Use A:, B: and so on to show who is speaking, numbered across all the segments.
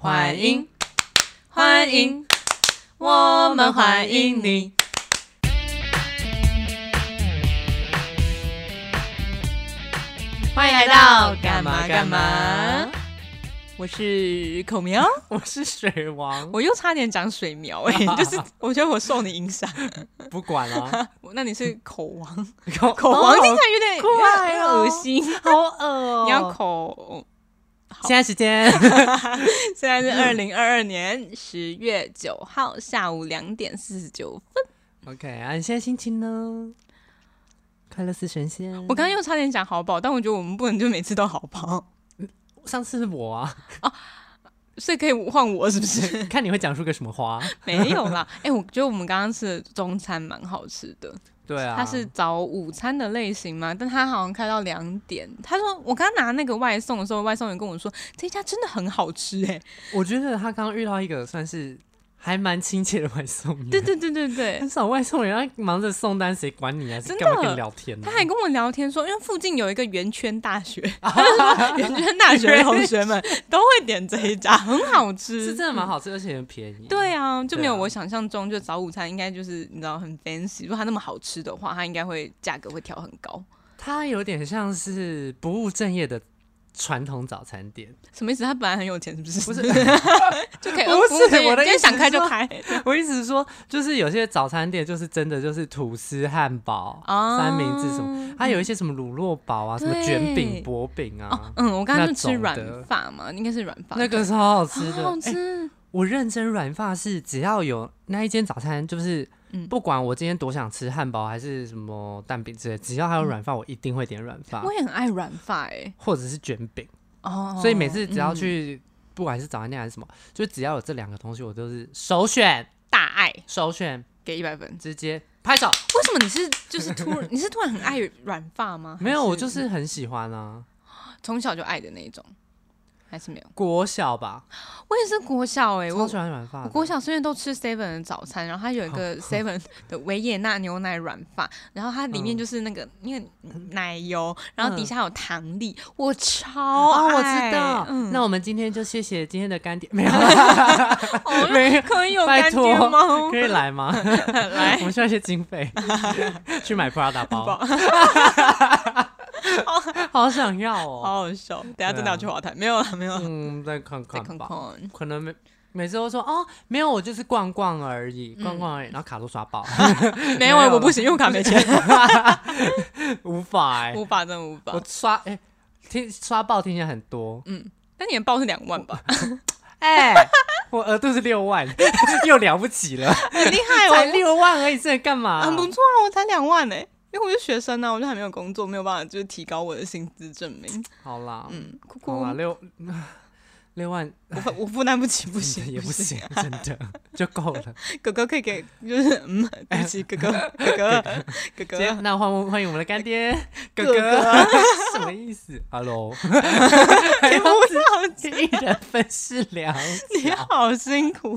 A: 欢迎，欢迎，我们欢迎你。欢迎来到干嘛干嘛？我是口 苗，
B: 我是水王，
A: 我又差点讲水苗 哎、就是我觉得我受你影响。
B: 不管了、
A: 我那你是口王，
B: 口
A: 哦 口王听起来有点有
B: 怪
A: 点
B: 哦
A: 恶心。
B: 好恶、哦
A: 你要口，
B: 现在时间
A: 现 在是二零二二年十月九号下午两点四十九 分。
B: ，OK 啊？你现在心情呢？快乐似神仙。
A: 我刚刚又差点讲好宝，但我觉得我们不能就每次都好宝，
B: 上次是我啊，
A: 所以可以换我是不是？
B: 看你会讲出个什么花？
A: 没有啦，哎、我觉得我们刚刚吃的中餐蛮好吃的，
B: 对啊，
A: 它是早午餐的类型嘛，但它好像开到两点。他说我刚拿那个外送的时候，外送员跟我说这家真的很好 吃、哎，
B: 我觉得他刚刚遇到一个算是还蛮亲切的外送员，
A: 对对对对对，
B: 很少外送员，他忙着送单，谁管你啊？是
A: 真的
B: 干嘛跟你聊天呢、
A: 他还跟我聊天说，因为附近有一个圆圈大 学，他就说圆圈大学的同学们都会点这一家，很好吃，
B: 是真的蛮好吃，而且很便宜。
A: 嗯对啊，就没有
B: 对啊
A: 我想象中，就早午餐应该就是你知道很 fancy，如果它那么好吃的话，它应该会价格会调很高。
B: 它有点像是不务正业的传统早餐店。
A: 什么意思？他本来很有钱，是不
B: 不
A: 是？
B: 是
A: 就可以
B: 不是
A: 呃服务业
B: 我的
A: 今天
B: 意思
A: 想开
B: 是
A: 就
B: 说
A: 开。
B: 我意思是说，就是有些早餐店就是真的就是吐司、汉堡、
A: 啊
B: 三明治什么，还有一些什么乳酪堡啊，什
A: 对
B: 么卷饼、薄饼啊，
A: 嗯，我刚刚就吃
B: 那种
A: 软
B: 的
A: 发嘛，应该是软发。
B: 那个超好吃
A: 好
B: 的
A: 好。
B: 哎
A: 吃，
B: 我认真软发是只要有那一间早餐，就是
A: 嗯
B: 不管我今天多想吃汉堡还是什么蛋饼之类，只要还
A: 嗯
B: 有软发，我一定会点软发
A: 我，也很爱软发哎。
B: 或者是卷饼。
A: 哦，
B: 所以每次只要
A: 嗯
B: 去，不管是早餐店还是什么，就只要有这两个东西，我都是首选，
A: 大爱
B: 首选，
A: 给一百分，
B: 直接拍手。
A: 为什么你是就是突 你是突然很爱软发吗？
B: 没有，
A: 还
B: 我就是很喜欢啊，
A: 从小就爱的那一种，还是没有？
B: 国小吧，
A: 我也是国小哎，
B: 超
A: 我
B: 喜欢软发
A: 我
B: 的。
A: 国小是因为都吃 Seven 的早餐，然后它有一个 Seven 的维也纳牛奶软饭，然后它里面就是那个那个奶油，然后底下有糖粒，嗯我超
B: 哦，我
A: 爱
B: 知道。
A: 嗯，
B: 那我们今天就谢谢今天的干爹， 没有，
A: 哦
B: 没有，
A: 可以有
B: 拜
A: 干爹
B: 托
A: 吗？
B: 可以来吗？
A: 来
B: 我，们需要一些经费去买 Prada 包， 好想要哦。
A: 好好笑，等下真的要去华台，没有了，没有了，
B: 嗯，再看
A: 再
B: 看
A: 看
B: 吧，
A: 看。
B: 可能每每次都说哦，没有，我就是逛逛而已，逛逛而已，然后卡都刷爆，
A: 没
B: 没
A: 有，啊
B: 有
A: 我不行，因为我卡嗯 没 钱，
B: 无法哎，
A: 无法，真的无法
B: 我。刷哎、听刷爆听起来很多，
A: 嗯但你的报是两万吧？
B: 哎、我额度是六万， 又了不起了，
A: 很厉害
B: 才
A: 哦，
B: 六万而已，这能干嘛？
A: 很不错啊，我才两万呢，因为我是学生啊呢，我就还没有工作，没有办法就是提高我的薪资证明。
B: 好啦，
A: 嗯，哭
B: 好
A: 哭
B: 啦，，六 六万
A: 我负我负担不起，不
B: 真的
A: 行，
B: 也不。行，真的 就够了。
A: 哥哥可以给，就是 嗯，对不起，哥 哥，哥哥，哥
B: 今天
A: 哥，
B: 那欢迎欢迎我们的干爹哥
A: 哥
B: 哥，
A: 哥
B: 什么意思？Hello，
A: 你不要这样
B: 一人分饰两
A: 你
B: 角。
A: 好辛苦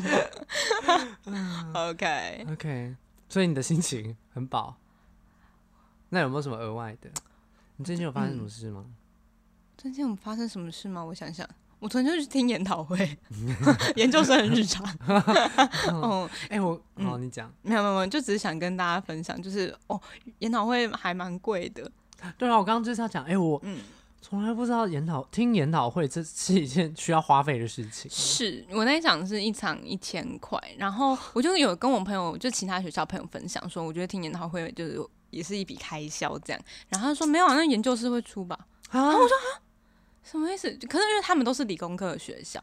A: 哦。OK，
B: OK，所以你的心情很饱。那有没有什么额外的？你最近有发生什么事吗？
A: 最近我们发生什么事吗？我想想，我昨天就去听研讨会， 研究生很日常。哦，
B: 哎、我哦，你讲。
A: 没有没有没有，就只是想跟大家分享，就是哦，研讨会还蛮贵的。
B: 对啊，我刚刚就是要讲，哎、我
A: 嗯
B: 从来不知道研讨听研讨会这是一件需要花费的事情。
A: 是我那一场是一场一千块，然后我就有跟我朋友，就其他学校朋友分享说，我觉得听研讨会就是也是一笔开销这样。然后他说没有啊，那研究室会出吧？
B: 啊，我说
A: 什么意思？可是因为他们都是理工科的学校，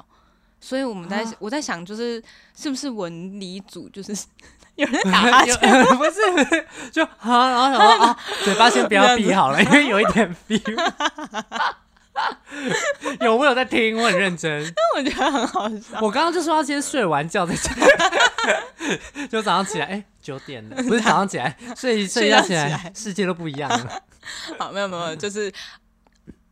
A: 所以我们在、
B: 啊
A: 我在想，就是是不是文理组就是 有 人在打哈欠？
B: 啊不是， 不是就啊，然后想说 啊，嘴巴先不要闭好了，因为有一点 feel。有，我有在听，我很认真。
A: 我觉得很好笑。
B: 我刚刚就说要先睡完觉再讲， 就早上起来，哎、九点了，不是早上起来，睡一睡一觉起
A: 睡一觉
B: 来，世界都不一样了。
A: 好，没有没有，没有就是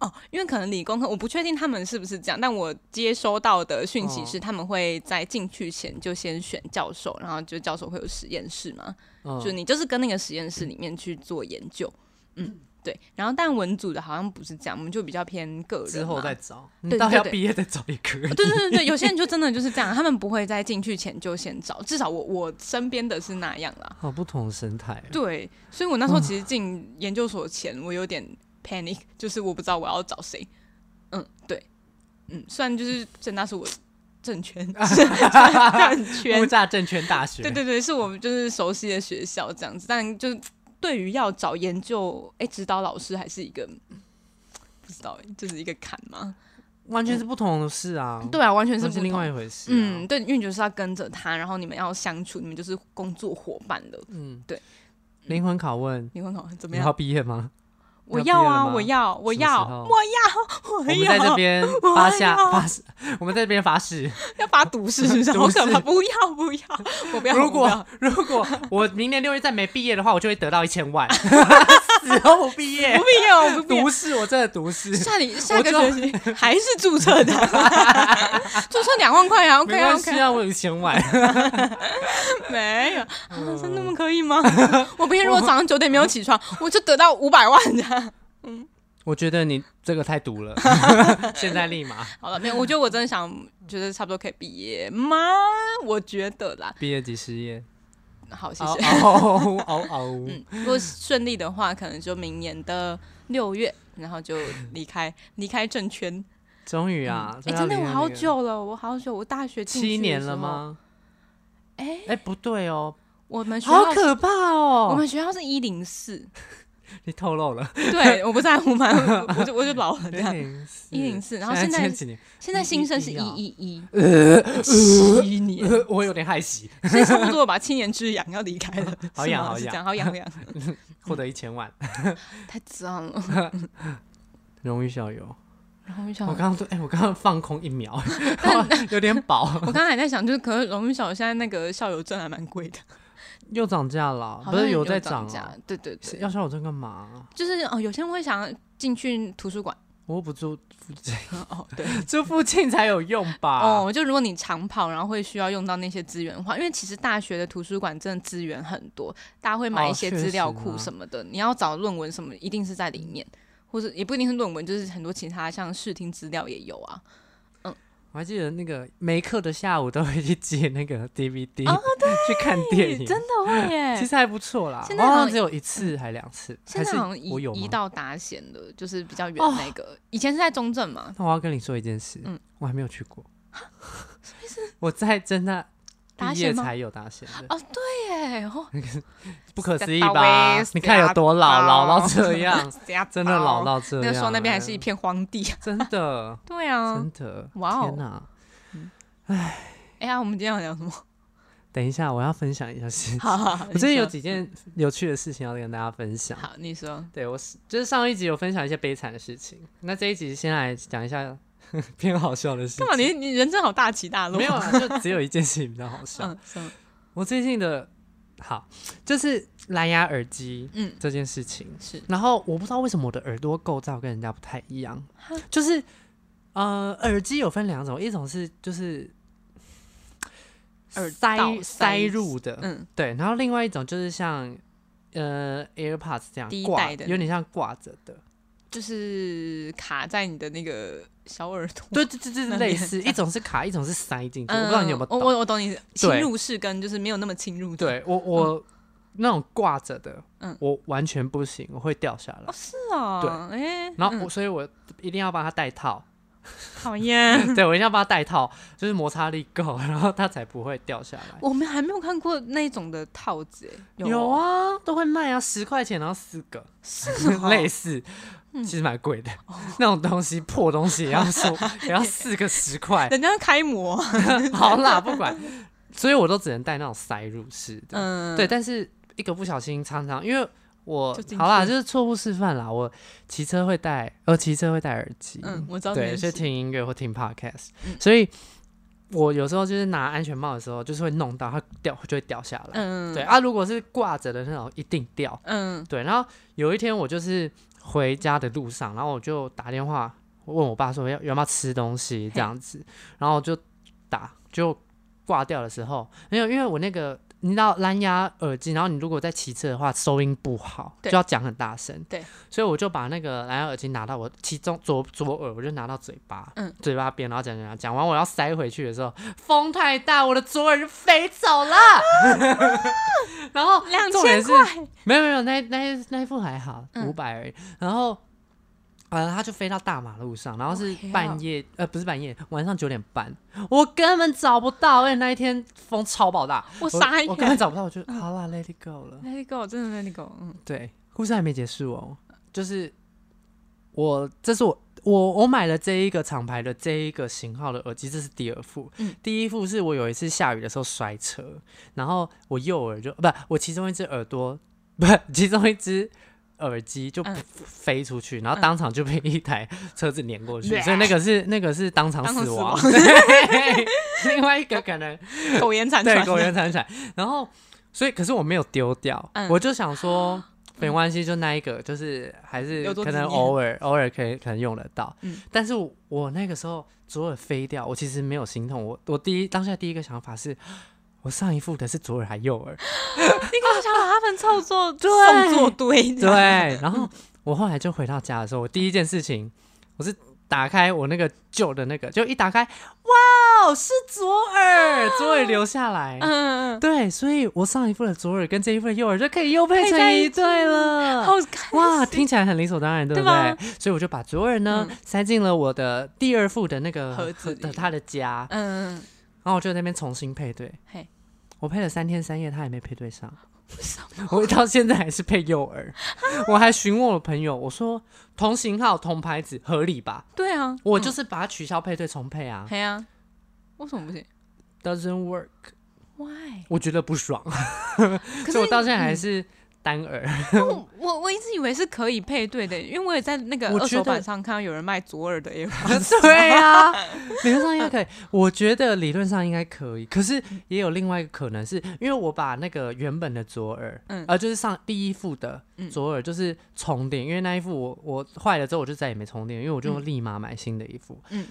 A: 哦，因为可能理工科，我不确定他们是不是这样，但我接收到的讯
B: 哦
A: 息是，他们会在进去前就先选教授，然后就教授会有实验室嘛，就
B: 嗯，
A: 你就是跟那个实验室里面去做研究，嗯。对，然后但文组的好像不是这样，我们就比较偏个人嘛。
B: 之后再找，你
A: 对
B: 到
A: 对
B: 要
A: 对
B: 毕业再找一个人。
A: 对对对对，有些人就真的就是这样，他们不会在进去前就先找，至少我我身边的是那样啦。
B: 好不同的生态哦、
A: 对，所以我那时候其实进研究所前，我有点 panic，就是我不知道我要找谁。嗯，对，嗯，虽然就是正大是我正 圈 正
B: 木
A: 圈，
B: 栅证券大学，
A: 对对对，是我们就是熟悉的学校这样子，但就是对于要找研究哎、指导老师还是一个不知道，就是一个坎嘛。
B: 完全是不同的事啊，
A: 对啊，完全是
B: 那
A: 不
B: 是另
A: 同
B: 外一回事、啊
A: 嗯，，对，因为你就是要跟着他，然后你们要相处，你们就是工作伙伴了。
B: 嗯，
A: 对。
B: 灵魂拷问，
A: 你会考怎么
B: 你要
A: 样？
B: 毕业吗？
A: 我
B: 要
A: 要
B: 毕业了
A: 啊，
B: 吗
A: 我要，我
B: 什么时
A: 要，
B: 候
A: 我要，
B: 我
A: 我
B: 们在这
A: 要，
B: 边
A: 我
B: 发下
A: 要
B: 发誓，我们在这边发誓，
A: 要发毒誓是不是？
B: 毒
A: 好可
B: 誓
A: 怕！不要不要，我 不要。
B: 如
A: 我不
B: 果
A: 要
B: 如果我明年六月再没毕业的话，我就会得到一千 万，死都不毕业
A: 不，必要，我不必要
B: 毒。誓，我真的毒誓，
A: 下里下个
B: 知道
A: 学期还是注册的，注册两万块啊
B: 没
A: ，OK 啊
B: 关系
A: OK，
B: 啊，我有一千万，
A: 没有，啊真
B: 嗯
A: 那么可以吗？ 我明天如果早上九点没有起床，我就得到五百万的。
B: 我觉得你这个太毒了， 现在立 马
A: 好了，没有，我觉得我真的想，觉得差不多可以毕业吗？我觉得啦。
B: 毕业即失业，
A: 好，谢
B: 嗷
A: 谢。
B: 嗷嗷嗷，
A: 嗯，如果顺利的话，可能就明年的六月，然后就离 开离开政圈。
B: 终于啊，
A: 哎、
B: 终于要
A: 真的
B: 离
A: 我
B: 开
A: 好
B: 那个
A: 久了，我好久，我大学进去的
B: 七年了
A: 时候？
B: 吗？
A: 哎、
B: 哎，不对哦，
A: 我们学校
B: 好可怕
A: 我
B: 哦！
A: 们学校是一零四，
B: 你透露了，
A: 对，我不在乎嘛，我我就我就老 了这样。
B: 零
A: 104然后
B: 现
A: 现在
B: 前几年，
A: 现在新生是一一
B: 啊
A: 一，
B: 七年，我有点害喜，
A: 所以差不多吧，七年之痒要离开了，
B: 好
A: 是
B: 痒
A: 吗
B: 好
A: 是这
B: 痒
A: 样好痒 好痒，
B: 获得一千万，
A: 太脏了。
B: 荣誉校友。
A: 然后我就想
B: 我，刚刚说，哎，我刚刚放空一秒， 有点饱，
A: 我刚才还在想，就是可是荣誉小现在那个校友证还蛮贵的，
B: 又涨价了，哦不
A: 好像
B: 是
A: 有
B: 在
A: 涨
B: 涨
A: 价
B: 啊？，
A: 对对
B: 是
A: 对，
B: 要校友证干嘛？
A: 就是哦，有些人会想要进去图书馆。
B: 我又不住
A: 哦， 对。
B: 这附近才有用吧？
A: 哦，就如果你长跑，然后会需要用到那些资源的话，因为其实大学的图书馆真的资源很多，大家会买
B: 哦
A: 一些
B: 确
A: 资料
B: 实
A: 库
B: 啊
A: 什么的，你要找论文什么，一定是在里面，或者也不一定是论文，就是很多其他像视听资料也有啊。
B: 我还记得那个没课的下午都会去借那个 DVD 去看电影，
A: 哦真的会 耶！
B: 其实还不错啦。
A: 现
B: 我
A: 在
B: 好
A: 好
B: 像
A: 像
B: 只有一次还两次，
A: 现
B: 还
A: 在
B: 是
A: 好像
B: 我
A: 移
B: 有
A: 移
B: 吗？
A: 到达贤的，就是比较远
B: 哦
A: 那个，以前是在中正嘛，
B: 那我要跟你说一件事，
A: 嗯
B: 我还没有去过。 我在真 的
A: 达
B: 毕业
A: 贤吗
B: 才有达贤的，
A: 哦 耶！哦，
B: 不可思议
A: 吓到
B: 吧
A: 喂？
B: 你看有多老，
A: 吓
B: 老
A: 到
B: 到这样，真 的老到这样。
A: 那个时候那边还是一片荒地。啊
B: 真 的，
A: 对啊
B: 真，的，
A: 哇哦
B: 天哪！
A: 哎呀，我们今天要聊什么？
B: 等一下，我要分享一下事。
A: 好好好，
B: 我
A: 你
B: 最近有
A: 说
B: 几件有趣的事情要跟大家分享。
A: 好，你说。
B: 对我是就是上一集有分享一些悲惨的事情，那这一集先来讲一下 偏好笑的事情。
A: 干嘛你？你人真好大起大落。
B: 没有 啊，就只有一件事情比较好笑。
A: 嗯，什么
B: 我最近的好就是蓝牙耳机
A: 嗯，
B: 这件事情，
A: 是
B: 然后我不知道为什么我的耳朵构造跟人家不太一样，就是呃，耳机有分两种，一种是就是
A: 耳
B: 塞
A: 道
B: 塞
A: 塞
B: 入的，
A: 嗯
B: 对，然后另外一种就是像呃 AirPods 这样
A: 第一
B: 挂，
A: 代的
B: 有点像挂着的，
A: 就是卡在你的那个小耳朵。
B: 对对对对，
A: 那
B: 类
A: 边
B: 似一种是卡，一种是塞进去，
A: 嗯，
B: 我不知道你有没有
A: 我
B: 懂。
A: 我我懂你侵
B: 对
A: 入式跟就是没有那么侵入。，
B: 对我我那种挂着的，
A: 嗯
B: 我完全不行，我会掉下来
A: 哦。是哦，哎，
B: 然后
A: 嗯
B: 我，所以我一定要帮他戴套，
A: 讨厌，
B: 对我一定要帮他戴套，就是摩擦力够，然后他才不会掉下来。
A: 我们还没有看过那种的套子，哎
B: 有，
A: 哦
B: 啊，都会卖啊，十块钱然后四个，
A: 是嗯哦
B: 类似，其实蛮贵的。那种东西破东西也要 说也要四个十块，
A: 人家开模，
B: 好啦，不管，所以我都只能戴那种塞入式的。
A: 嗯，
B: 对，，但是一个不小心常常因为我
A: 就进
B: 好啦，
A: 去
B: 就是错误示范啦。我骑车会戴，呃，骑车会戴耳机，
A: 嗯，我知道你
B: 对，
A: 的
B: 所以
A: 意思，
B: 听音乐或听 podcast，、
A: 嗯
B: 所以我有时候就是拿安全帽的时候，就是会弄到它掉，就会掉下来。
A: 嗯，
B: 对，啊，如果是挂着的那种，一定掉。
A: 嗯，
B: 对，然后有一天我就是回家的路上，然后我就打电话问我爸说要有没有吃东西这样子，然后我就打就挂掉的时候，没有，因为我那个你知道蓝牙耳机，然后你如果在骑车的话，收音不好，就
A: 对
B: 要讲很大声。
A: 对，
B: 所以我就把那个蓝牙耳机拿到我其中左左耳，我就拿到嘴巴，
A: 嗯
B: 嘴巴边，然后讲讲讲，讲完我要塞回去的时候，风太大，我的左耳就飞走了。 然后
A: 两
B: 重点
A: 千
B: 是
A: 块，
B: 没有没有，那那那一副还好，
A: 嗯
B: 五百而已。然后，呃，他就飞到大马路上，然后是
A: 哦天啊
B: 半夜，呃，不是半夜，晚上九点半，我根本找不到，而哎且那一天风超爆大，
A: 我
B: 我
A: 傻眼
B: 我根本找不到，我就好啦，Let it go 了。
A: ，Let it go，真的 Let it go，嗯，
B: 对，故事还没结束哦，就是我这是我我我买了这一个厂牌的这一个型号的耳机，这是第二副，
A: 嗯
B: 第一副是我有一次下雨的时候摔车，然后我右耳就不，我其中一只耳朵不，其中一只。耳机就
A: 嗯
B: 飞出去，然后当场就被一台车子碾过去，
A: 嗯
B: 所以那个是那个是当场
A: 当场
B: 死
A: 死
B: 亡。
A: 亡
B: 对另外一个可能
A: 苟延残
B: 对，
A: 喘，
B: 苟延残喘。然后，所以可是我没有丢掉，
A: 嗯
B: 我就想说。没关系，就那一个，就是还是
A: 留作
B: 可
A: 纪
B: 能
A: 念
B: 偶尔偶尔可以可能用得到。
A: 嗯
B: 但是我我那个时候左耳飞掉，我其实没有心痛。我我第一当下第一个想法是，我上一副的是左耳还右 耳？
A: 你根本想把他们凑作
B: 对
A: 送作堆，
B: 对。然后我后来就回到家的时候，我第一件事情我是打开我那个旧的那个，就一打开，哇哦，是左耳，左耳留下来。
A: 啊嗯，嗯
B: 对，所以我上一副的左耳跟这一副的右耳就可以又配
A: 配
B: 成
A: 在
B: 一
A: 一起
B: 对了。
A: 嗯，好
B: 哇，听起来很理所当然，对不
A: 对吧
B: 对？所以我就把左耳呢、塞进了我的第二副的那个
A: 盒子
B: 的
A: 里
B: 他的家，
A: 嗯，嗯
B: 然后我就在那边重新配对。
A: 嘿，
B: 我配了三天三夜，他也没配对上，
A: 为什么？
B: 我到现在还是配右耳。我还询问我朋友，我说同型号同牌子合理吧？
A: 对啊，
B: 我就是把它取消配对重配啊、
A: 嘿啊，为什么不行
B: d o e s n t work，
A: ？Why？
B: 我觉得不爽，
A: 可
B: 所以我
A: 是嗯
B: 到现在还是单耳。
A: 我我我一直以为是可以配对的，因为我也在那个
B: 我
A: 二
B: 觉得
A: 手版上看到有人卖左耳的 a i
B: 对呀、
A: 啊
B: 理论上应该可以，我觉得理论上应该可以。可是也有另外一个可能是，因为我把那个原本的左耳，嗯
A: 嗯，
B: 呃，就是上第一副的
A: 嗯
B: 左耳，就是重电，因为那一副我我坏了之后，我就再也没充电，因为我就立马买新的一副，嗯
A: 嗯，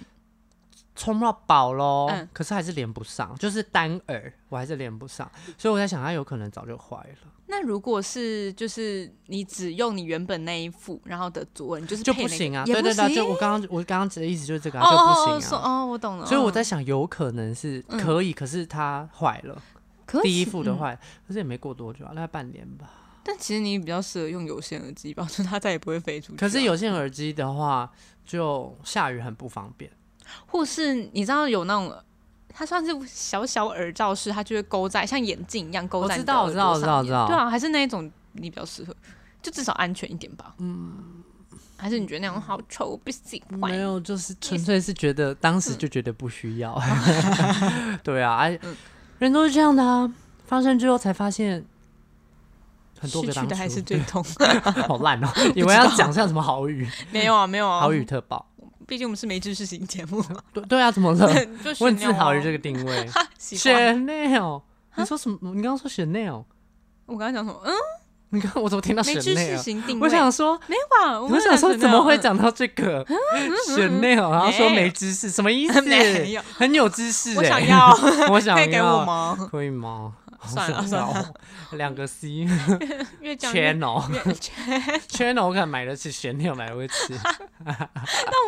B: 充不到饱喽，
A: 嗯
B: 可是还是连不上，就是单耳我还是连不上，所以我在想，它有可能早就坏了，
A: 那如果是就是你只用你原本那一副，然后的左耳，你就是
B: 就
A: 配
B: 不
A: 那个
B: 行啊，
A: 也
B: 对
A: 不
B: 对对，
A: 行
B: 就我刚刚我刚刚的意思就是这个、啊，
A: 哦哦
B: 就
A: 哦
B: 不行
A: 说
B: 啊。
A: 哦，我懂了。
B: 所以我在
A: 嗯
B: 想，有可能是
A: 嗯
B: 可以，可是它坏了。
A: 可
B: 第一
A: 是
B: 副的
A: 嗯
B: 话，可是也没过多久啊，大概半年吧。
A: 但其实你比较适合用有线耳机吧， 就是它再也不会飞出去啊。
B: 可是有线耳机的话，就下雨很不方便。
A: 或是你知道有那种，它算是小小耳罩式，它就会勾在像眼镜一样勾
B: 我
A: 在
B: 知
A: 你的
B: 道，我知道，我
A: 耳
B: 知
A: 朵
B: 道，
A: 上
B: 我知道。
A: 对啊，还是那一种你比较适合，就至少安全一点吧。嗯，还是你觉得那种好丑，我不喜
B: 没
A: 欢。
B: 有，就是纯粹是觉得当
A: 嗯
B: 时就觉得不需 要。对啊，哎，人都是这样的啊，发生之后才发现。很多
A: 失
B: 个
A: 去
B: 当
A: 的还
B: 初，
A: 是最痛。
B: 好 烂哦！以为要讲像什么好语，
A: 没有啊，没有啊，
B: 好语特报。
A: 毕竟我们是没知识型 节目，
B: 对对啊，怎么了？
A: 就
B: 问
A: 炫
B: 自
A: 耀
B: 豪
A: 啊
B: 于这个定位。
A: 哈 喜欢。
B: Chanel，你说什么？你刚刚说 Chanel，
A: 我刚刚讲什么？嗯，
B: 你看我怎么听到
A: 没知识
B: Chanel？啊
A: 型定位。
B: 我想说，
A: 没有吧？
B: 我想说怎么会
A: 讲
B: 讲到这个
A: 嗯
B: Chanel，然后说
A: 没
B: 没知识，什么意思？
A: 没有
B: 很有知识
A: 我
B: 欸
A: 想，要，
B: 我想
A: 可
B: 要，
A: 以给我？吗？
B: 可以吗？好
A: 算了
B: 想
A: 算
B: 要哦，两个 C
A: 越讲越
B: Channel
A: 越圈
B: Channel，我可能买得起 Chanel，买不 起。
A: 让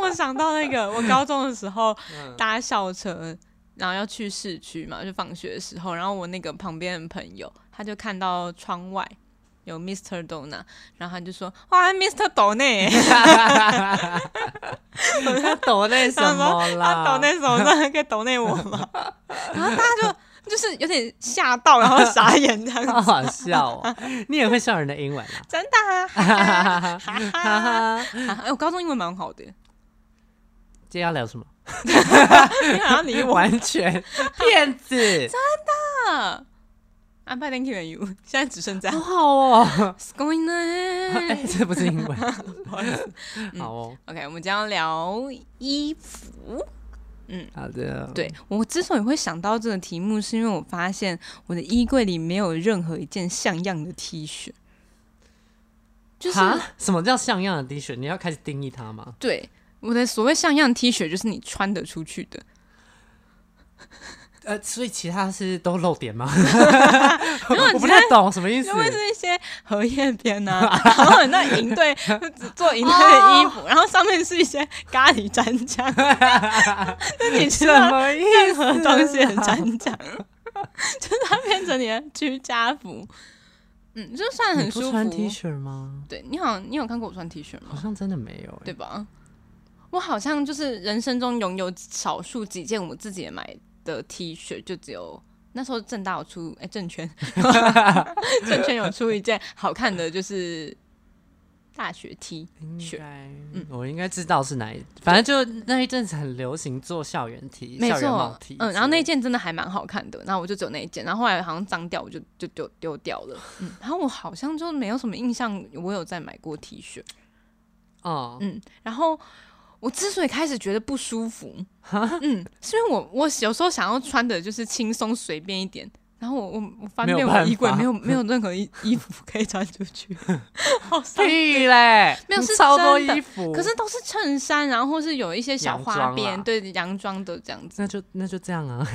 A: 我想到那个，我高中的时候
B: 嗯
A: 搭校车，然后要去市区嘛，就放学的时候，然后我那个旁边的朋友，他就看到窗外有 Mr. Donut，然后他就说：“哇，Mr. Donut，
B: 他懂那什么
A: 他
B: 啦？
A: 抖那什么，那可以抖那我吗？” 然后大家就就是有点吓到，然后傻眼这样
B: 好 好
A: 子。
B: 笑哦！你也会笑人的英文啊？
A: 真的啊，哈哈
B: 哈哈
A: 哈
B: 哈
A: 哈
B: 哈。
A: 哈！哎我高中英文蛮好的，
B: 今天要聊什么？
A: 你好像理我。
B: 完全骗 子，
A: 啊 I'm better than you，现在只剩这
B: 好
A: 样。
B: 好哦。
A: What's going
B: 哎
A: on？，
B: 这不是英文，
A: 不好意思
B: 好哦，
A: OK，我们今天要聊衣服。
B: 好的，，
A: 嗯对我之所以会想到这个题目，是因为我发现我的衣柜里没有任何一件像样的 T 恤，就是
B: 哈，什么叫像样的 T 恤？你要开始定义它吗？
A: 对我的所谓像样 T 恤，就是你穿得出去的。
B: 呃，所以其他是都漏点吗？
A: 如果
B: 我
A: 你
B: 不
A: 现
B: 太
A: 在
B: 懂什么意思
A: 因。为是一些荷叶 边呐、然后很那营队做营队的衣
B: 哦
A: 服，然后上面是一些咖喱蘸 酱，那你吃
B: 什
A: 了
B: 么意
A: 任
B: 思啊？
A: 何东西的蘸酱， 就是它变成你的居家服。嗯，就算很
B: 你不
A: 舒
B: 穿 T
A: 服。
B: 恤吗？
A: 对你好像，你有看过我穿 T 恤
B: 好
A: 吗？
B: 像真的没有、欸。
A: 对吧？我好像就是人生中拥有少数几件我自己也买的 T 恤，就只有那时候正大有出，哎、正圈，正圈有出一件好看的，就是大学 T，
B: 应
A: 雪
B: 该，
A: 嗯
B: 我应该知道是哪一，反正就那一阵子很流行做校园 T，
A: 没
B: 校园帽
A: 错
B: T，，
A: 嗯，然后那件真的还蛮好看的，然后我就只有那一件，然后后来好像脏掉，我就就丢丢掉 了，嗯，然后我好像就没有什么印象，我有再买过 T 恤，
B: 哦，
A: 嗯，然后我之所以开始觉得不舒服，嗯，是因为我我有时候想要穿的就是轻松随便一点，然后我我我翻
B: 没有
A: 遍我
B: 办
A: 衣柜，
B: 法
A: 没 有没有任何衣衣服可以穿出去，好伤。
B: 屁嘞，
A: 没有是
B: 超多
A: 真的
B: 衣服，
A: 可是都是衬衫，然后是有一些小
B: 洋装
A: 花
B: 啦
A: 边，对洋装的这样子。
B: 那就那就这样啊，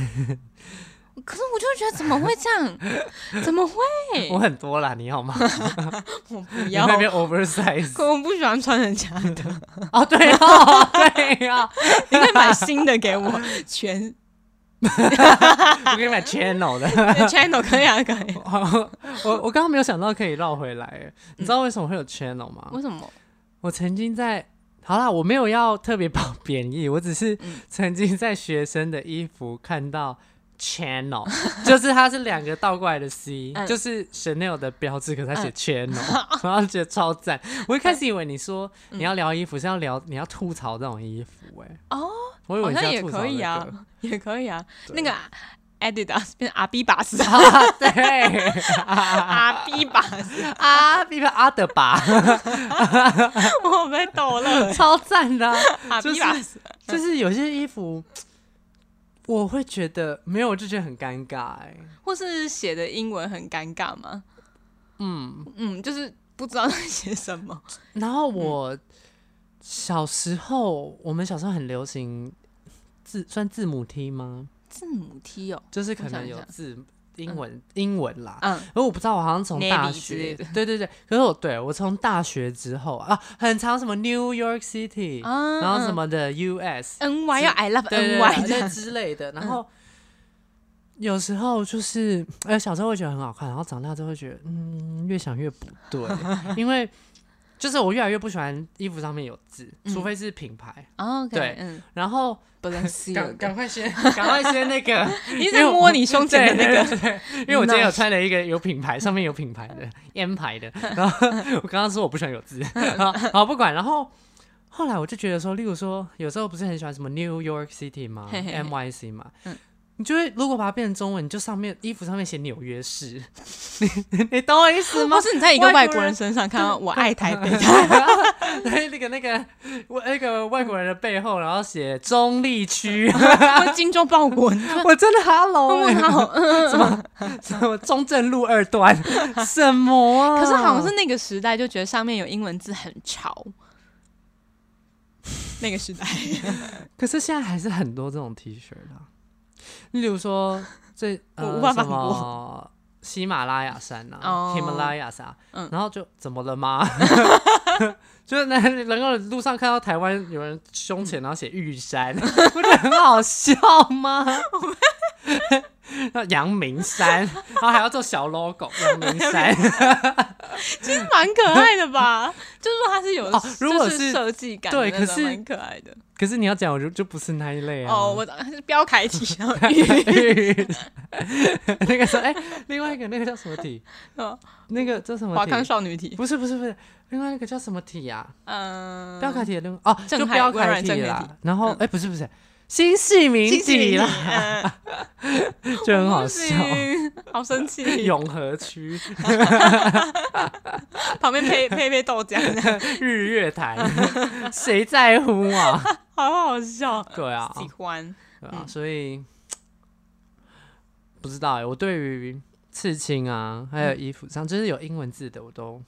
A: 可是我就觉得怎么会 这样？怎么会？
B: 我很多啦，你好吗？
A: 我不
B: 你
A: 要，
B: 那边
A: 可
B: oversize
A: 我不喜欢穿人家的。
B: 哦，对哦，对哦，
A: 你可以买新的给我，全
B: 我给你买 channel 的，
A: channel 可以啊，可以。
B: 我我刚刚没有想到可以绕回来欸，你知道为什么会有 channel 吗？
A: 为什么？
B: 我曾经在，好啦，我没有要特别褒 贬义，我只是曾经在学生的衣服看到 channel，就是 它是两个倒过来的 C，、
A: 嗯
B: 就是 Chanel 的标志，可是它写 channel，、然后觉得超赞。我一开始以为你说你要聊衣服是要聊你要吐槽这种衣服、欸，哎，
A: 哦，
B: 我以为
A: 好
B: 你是
A: 像
B: 要
A: 也
B: 吐槽、
A: 可以啊，也可以啊。
B: 对
A: 那个 Adidas 变成阿比巴斯，
B: 啊，对
A: 阿比巴斯，
B: 啊，比如阿德 吧，
A: 我被 抖了。
B: 超赞的啊、
A: 阿比巴斯，
B: 就是有些衣服，我会觉得没有，我就觉得很尴尬哎、
A: 或是写的英文很尴尬吗？
B: 嗯，
A: 嗯，就是不知道在写什么。
B: 然后我小时候，我们小时候很流行字，算字母 T 吗？
A: 字母 T 哦，
B: 就是可
A: 我想
B: 能
A: 一
B: 有
A: 下
B: 字英文英文啦。
A: 嗯，
B: 而我不知道，我好像从大
A: Navy 之类
B: 学
A: 的，
B: 对对对，可是我对我从大学之后啊，很长什么 New York City，、
A: 啊
B: 然后什么的 US，
A: N Y 要 I love
B: 对对
A: N Y
B: 对
A: 的，
B: 之类的。然后有时候就是，呃，小时候会觉得很好看，然后长大之后会觉得，嗯，越想越不对， 因为就是我越来越不喜欢衣服上面有字，除
A: 嗯
B: 非是品牌。
A: 哦，OK，
B: 对
A: 嗯
B: 然后
A: ，Balenciaga，
B: 快先 赶快先那个，
A: 你一直在摸你胸前的
B: 对
A: 那
B: 对
A: 个，
B: 对对，因为我今天 有穿了一个有品牌，上面有品牌的 M 牌的，然 后我刚刚说我不喜欢有字，好好不管，然后。后来我就觉得说，例如说，有时候不是很喜欢什么 New York City 吗
A: 嘿嘿嘿
B: ？NYC 嘛，
A: 嗯
B: 你就会如果把它变成中文，你就上面衣服上面写纽约市， 你 你懂我意思吗
A: 或？是你在一个
B: 外
A: 外
B: 国
A: 国人
B: 人
A: 身上看到“我爱台 北
B: 对，那个那个我那个外国人的背后，然后写中立 区，”，
A: 或金钟爆国，你说
B: 我真的 Hello，欸
A: 哦好，嗯
B: 什么什么 中正路二 段，什么啊？
A: 可是好像是那个时代就觉得上面有英文字很 潮，那个时 代
B: 可是现在还是很多这种 T 恤的啊、例如说最呃
A: 我无法
B: 什
A: 反驳
B: 么喜马拉雅山呐、啊
A: 哦，
B: 喜马拉雅山，
A: 嗯
B: 然后就怎么了吗？ 就是那能够路上看到台湾有人胸前然后写玉 山，不觉得很好笑吗？那阳明山，然后还要做小 logo，阳明山。
A: 蛮可爱的 吧？就是说它是有，
B: 哦如果
A: 就是是设计感的
B: 对
A: 那种，
B: 可是
A: 蛮可爱的。
B: 可是你要讲，我就就不是那一类啊。
A: 哦，我 是标 楷体，然后
B: 那个时候，哎、另外一个那个叫什么体？
A: 哦
B: 那个叫什么
A: 华
B: 体？
A: 康少女体，
B: 不是不是不是，另外那个叫什么体啊呀、
A: 嗯，
B: 标楷体的另外哦，
A: 正
B: 就
A: 楷
B: 标
A: 微
B: 楷
A: 软正
B: 体
A: 楷
B: 啦
A: 体。嗯
B: 然后哎、不是不是，新系名
A: 新
B: 体
A: 奇
B: 啦，
A: 嗯
B: 就很好
A: 不
B: 笑。
A: 行好生气。
B: 永和区
A: 旁边配配配豆浆，
B: 日月潭，谁在乎 啊？
A: 好好笑，
B: 对啊，
A: 喜欢。
B: 对啊，
A: 嗯
B: 所以不知道哎、我对于刺青啊，还
A: 嗯
B: 有衣服上，就是有英文字的，我都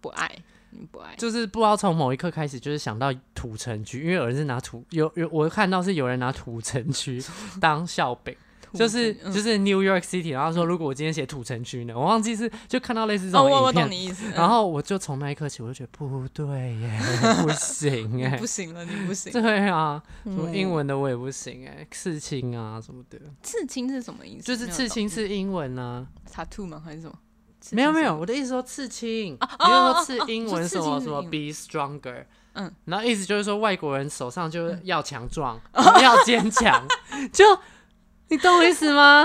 A: 不爱，嗯不爱。
B: 就是不知道从某一刻开始，就是想到土 城区，因为有人是拿土有有我看到是有人拿土城区当笑柄，
A: 土
B: 就是
A: 嗯
B: 就是 New York City，然后说如果我今天写土城区呢，我忘记是就看到类似这
A: 哦，
B: 种
A: 我
B: 影
A: 我懂
B: 片，
A: 你意思。嗯
B: 然后我就从那一刻起我就觉得不对耶， 不行
A: 你
B: 哎
A: 嗯不，行了，你不行。
B: 对啊，什么
A: 嗯
B: 英文的我也不行哎，刺青啊什么的，
A: 刺青是什么意思？
B: 就是刺青是英文啊，
A: tattoo 吗？还是什么？刺青
B: 没有没
A: 是
B: 有，
A: 什么，
B: 我的意思说刺青，
A: 哦
B: 你
A: 哦
B: 就
A: 哦
B: 说刺英
A: 就
B: 文
A: 刺
B: 什么
A: 青
B: 什么
A: 英文
B: be stronger，
A: 嗯，
B: 然后意思就是说外国人手上就是要强壮，要坚强， 就你懂我意思吗？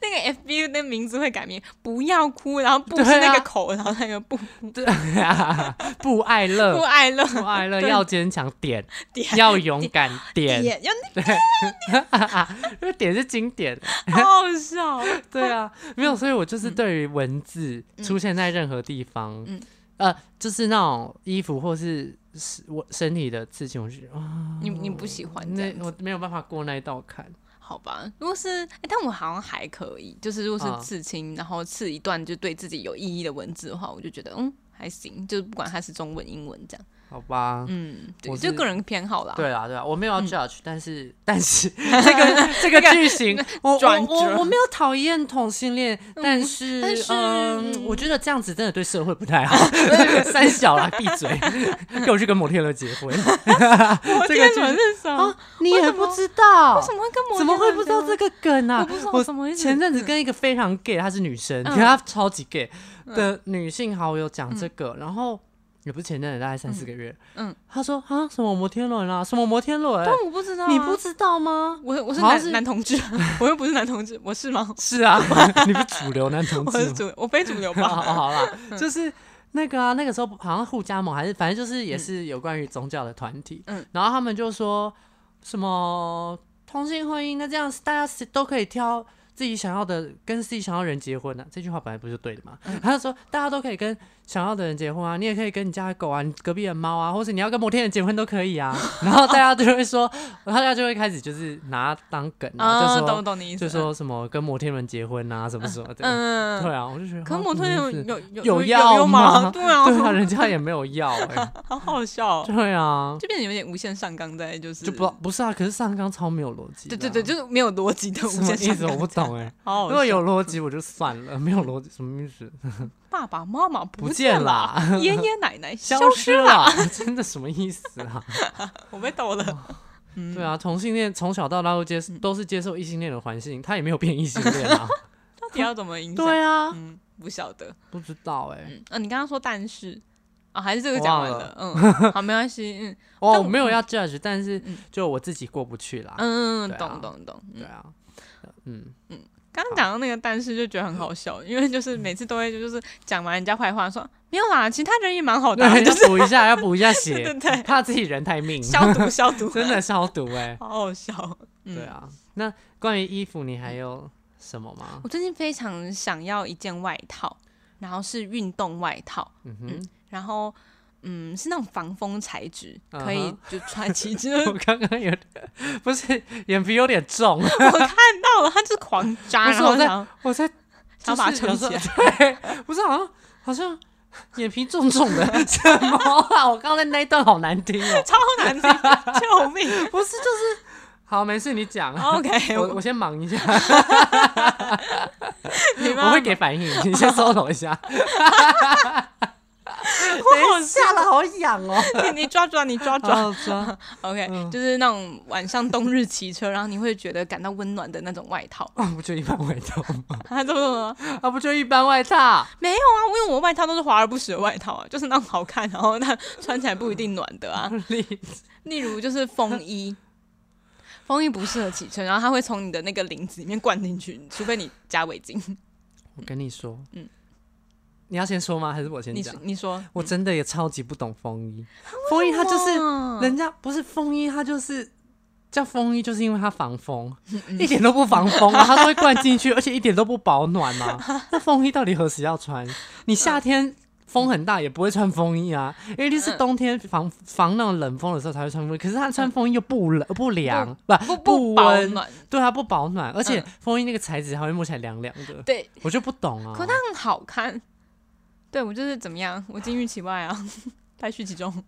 A: 那个 FB 那名字会改名，不要哭，然后不
B: 对
A: 是
B: 啊
A: 那个口，然后 那个不
B: 对，不爱
A: 不
B: 乐，
A: 爱乐
B: 不爱乐，
A: 对
B: 要坚强点，
A: 点
B: 啊要勇敢点，
A: 点，要
B: 因为点是经典，
A: 那个好好 笑。
B: 对啊，没
A: 嗯
B: 有，所以我就是对于文字出现在任何地方，
A: 嗯
B: 呃，就是那种衣服或是是我身体的刺青，我就觉得啊，
A: 你你不喜欢这
B: 那
A: 样子
B: 我没有办法过那一道坎。
A: 好吧，如果是、诶但我好像还可以，就是如果
B: 啊
A: 是刺青，然后刺一段就对自己有意义的文字的话，我就觉得嗯还行，就是不管它是中文、英文这样，
B: 好吧，
A: 嗯，对，
B: 我
A: 就是个人偏好啦。嗯
B: 对啊啦，对啦，我没有要 judge，、但是 但是这 个这个剧情，我
A: 转
B: 我我
A: 折
B: 我没有讨厌同性恋，但是
A: 但是
B: 嗯，我觉得这样子真的对社会不太好。 三小啦，闭 嘴，给我去跟摩天轮结婚。
A: 我
B: 这个
A: 天
B: 剧
A: 哪，
B: 情
A: 是什么
B: 啊？，你
A: 为
B: 也
A: 什
B: 不
A: 么
B: 知道？
A: 为什么会跟摩
B: 哦怎么
A: 天
B: 会
A: 轮
B: 不知道
A: 聊
B: 这个梗啊？
A: 我不知道什么意思
B: 前阵子
A: 嗯
B: 跟一个非常 gay，她是女生，
A: 嗯
B: 可她超级 gay 的女性好友讲这个，然后也不是前阵子，大概三四个月，
A: 嗯
B: 嗯，她说啊什么摩天轮啊，什么摩天轮，
A: 但我不知道、啊
B: 你不。知道吗？
A: 我我是
B: 好像
A: 男
B: 是
A: 男同 志，我又不是男同志，我是吗？
B: 是啊， 你不主流男同
A: 我
B: 志
A: 是
B: 吗？
A: 主，我非主流
B: 好好
A: 吧？
B: 哦好啦，
A: 嗯
B: 就是那个啊，那个时候好像互加盟还是反正就是也是有关于宗教的团体，
A: 嗯
B: 然后他们就说什么同性婚姻，那这样大家是都可以挑自己想要的，跟自己想要的人结婚啊，这句话本来不是对的嘛，
A: 嗯
B: 他就说大家都可以跟想要的人结婚啊，你也可以跟你家的狗啊，你隔壁的猫啊，或者你要跟摩天人结婚都可以啊， 然后大家就会说，大家就会开始就是拿当梗啊，
A: 啊，
B: 就
A: 懂
B: 说。
A: 懂你意
B: 就
A: 思。
B: 说什么跟摩天轮结婚啊，什么什么的，
A: 嗯，
B: 对啊，我就觉得
A: 可
B: 啊
A: 摩
B: 什么
A: 托 有
B: 意思
A: 有有
B: 有
A: 有
B: 要
A: 用吗？
B: 吗？
A: 对啊，
B: 对啊，人家也没有 要哎，
A: 好好笑哦、
B: 对啊，
A: 就变得有点无限上纲在，就是
B: 就不不是啊，可是上纲超没有逻辑的
A: 对
B: 啊，
A: 对对，就是没有逻辑的无
B: 什么
A: 限
B: 意
A: 上
B: 思我
A: 纲。
B: 不懂哎，
A: 好
B: 如
A: 好
B: 果
A: 笑，
B: 有 逻辑我就算了，没有逻辑什么意思？
A: 爸爸妈妈不
B: 不见
A: 啦，
B: 啦，
A: 爷爷奶奶 消
B: 消
A: 失，
B: 失了， 真的什么意思啊？
A: 我被逗了。嗯
B: 对，啊，同性恋从小到大都接都是接受异性恋的环境，他也没有变异性恋 啊，
A: 到底要怎么影响？
B: 对啊，
A: 嗯，不晓得。
B: 不知道哎，
A: 嗯，啊，你刚刚说但是啊，还是这个
B: 我
A: 讲
B: 忘
A: 完
B: 了
A: 了。嗯，好，没关系。 嗯但
B: 哦，
A: 我
B: 没有要 judge，但是
A: 嗯
B: 就我自己过不去啦，
A: 嗯嗯，
B: 对啊
A: 懂懂懂。嗯
B: 对啊，嗯。
A: 刚刚讲到那个但是就觉得很好笑，因为就是每次都会就是讲完人家坏话说没有啦，其他人也蛮好的啊，
B: 对，
A: 就
B: 就是补一下，要补一下血，
A: 对对对
B: 怕自己人太命，
A: 消毒消 毒，
B: 真的消毒哎、
A: 好好笑。 嗯
B: 对啊，那关于衣服，你还有什么吗
A: 我？最近非常想要一件外套，然后是运动外套，
B: 嗯哼，
A: 然后嗯是那种防风材质，
B: 嗯哼
A: 可以就穿起。 就是
B: 我刚刚有点不是眼皮有点重，
A: 我看到了，它就是狂扎，
B: 不是
A: 然后
B: 我在
A: 想
B: 我在 就
A: 想把它
B: 是
A: 撑
B: 有时
A: 起
B: 候
A: 来。
B: 对，不是好像好像眼皮重重的， 什么啊？我刚刚那一段好难听哦、
A: 超难听，救命
B: 不是就是好，没事你讲。
A: 哦！OK，
B: 我
A: 我
B: 我先忙一下，
A: 没
B: 我
A: 办
B: 会
A: 法
B: 给反应，你先收拢一 下。
A: 我好
B: 等一下了，好痒 哦、
A: 你你抓抓，你抓抓。
B: 抓抓，
A: OK，、就是
B: 嗯
A: 那种晚上冬日骑车，然后你会觉得感到温暖的那种外套。
B: 啊，不就一般外套吗？
A: 他这么
B: 啊，不就一般外套？
A: 没有啊，因为我外套都是华而不实的外套啊，就是那种好看，然后它穿起来不一定暖的 啊。例如就是风衣，风衣不适合骑车，然后它会从你的那个领子里面灌进去，除非你加围巾。
B: 我跟你说，
A: 嗯
B: 你要先说吗？还是我先
A: 你
B: 讲？
A: 你说，嗯
B: 我真的也超级不懂风衣，风衣它就是
A: 是
B: 人家不是风衣，它就是。叫风衣就是因为它防风，
A: 嗯
B: 一点都不防风 啊，它都会灌进去，而且一点都不保暖嘛、那风衣到底何时要穿？你夏天风很大也不会穿风衣啊，因为一定是冬天防防那种冷风的时候才会穿风衣。可是它穿风衣又不冷不凉，
A: 不
B: 不
A: 保
B: 温
A: 暖，
B: 对啊，不保暖，而且
A: 嗯
B: 风衣那个材质还会摸起来凉凉的，
A: 对，
B: 我就不懂啊。
A: 可它很好看。 对我就是怎么样，我金玉其外啊， 败絮其 中。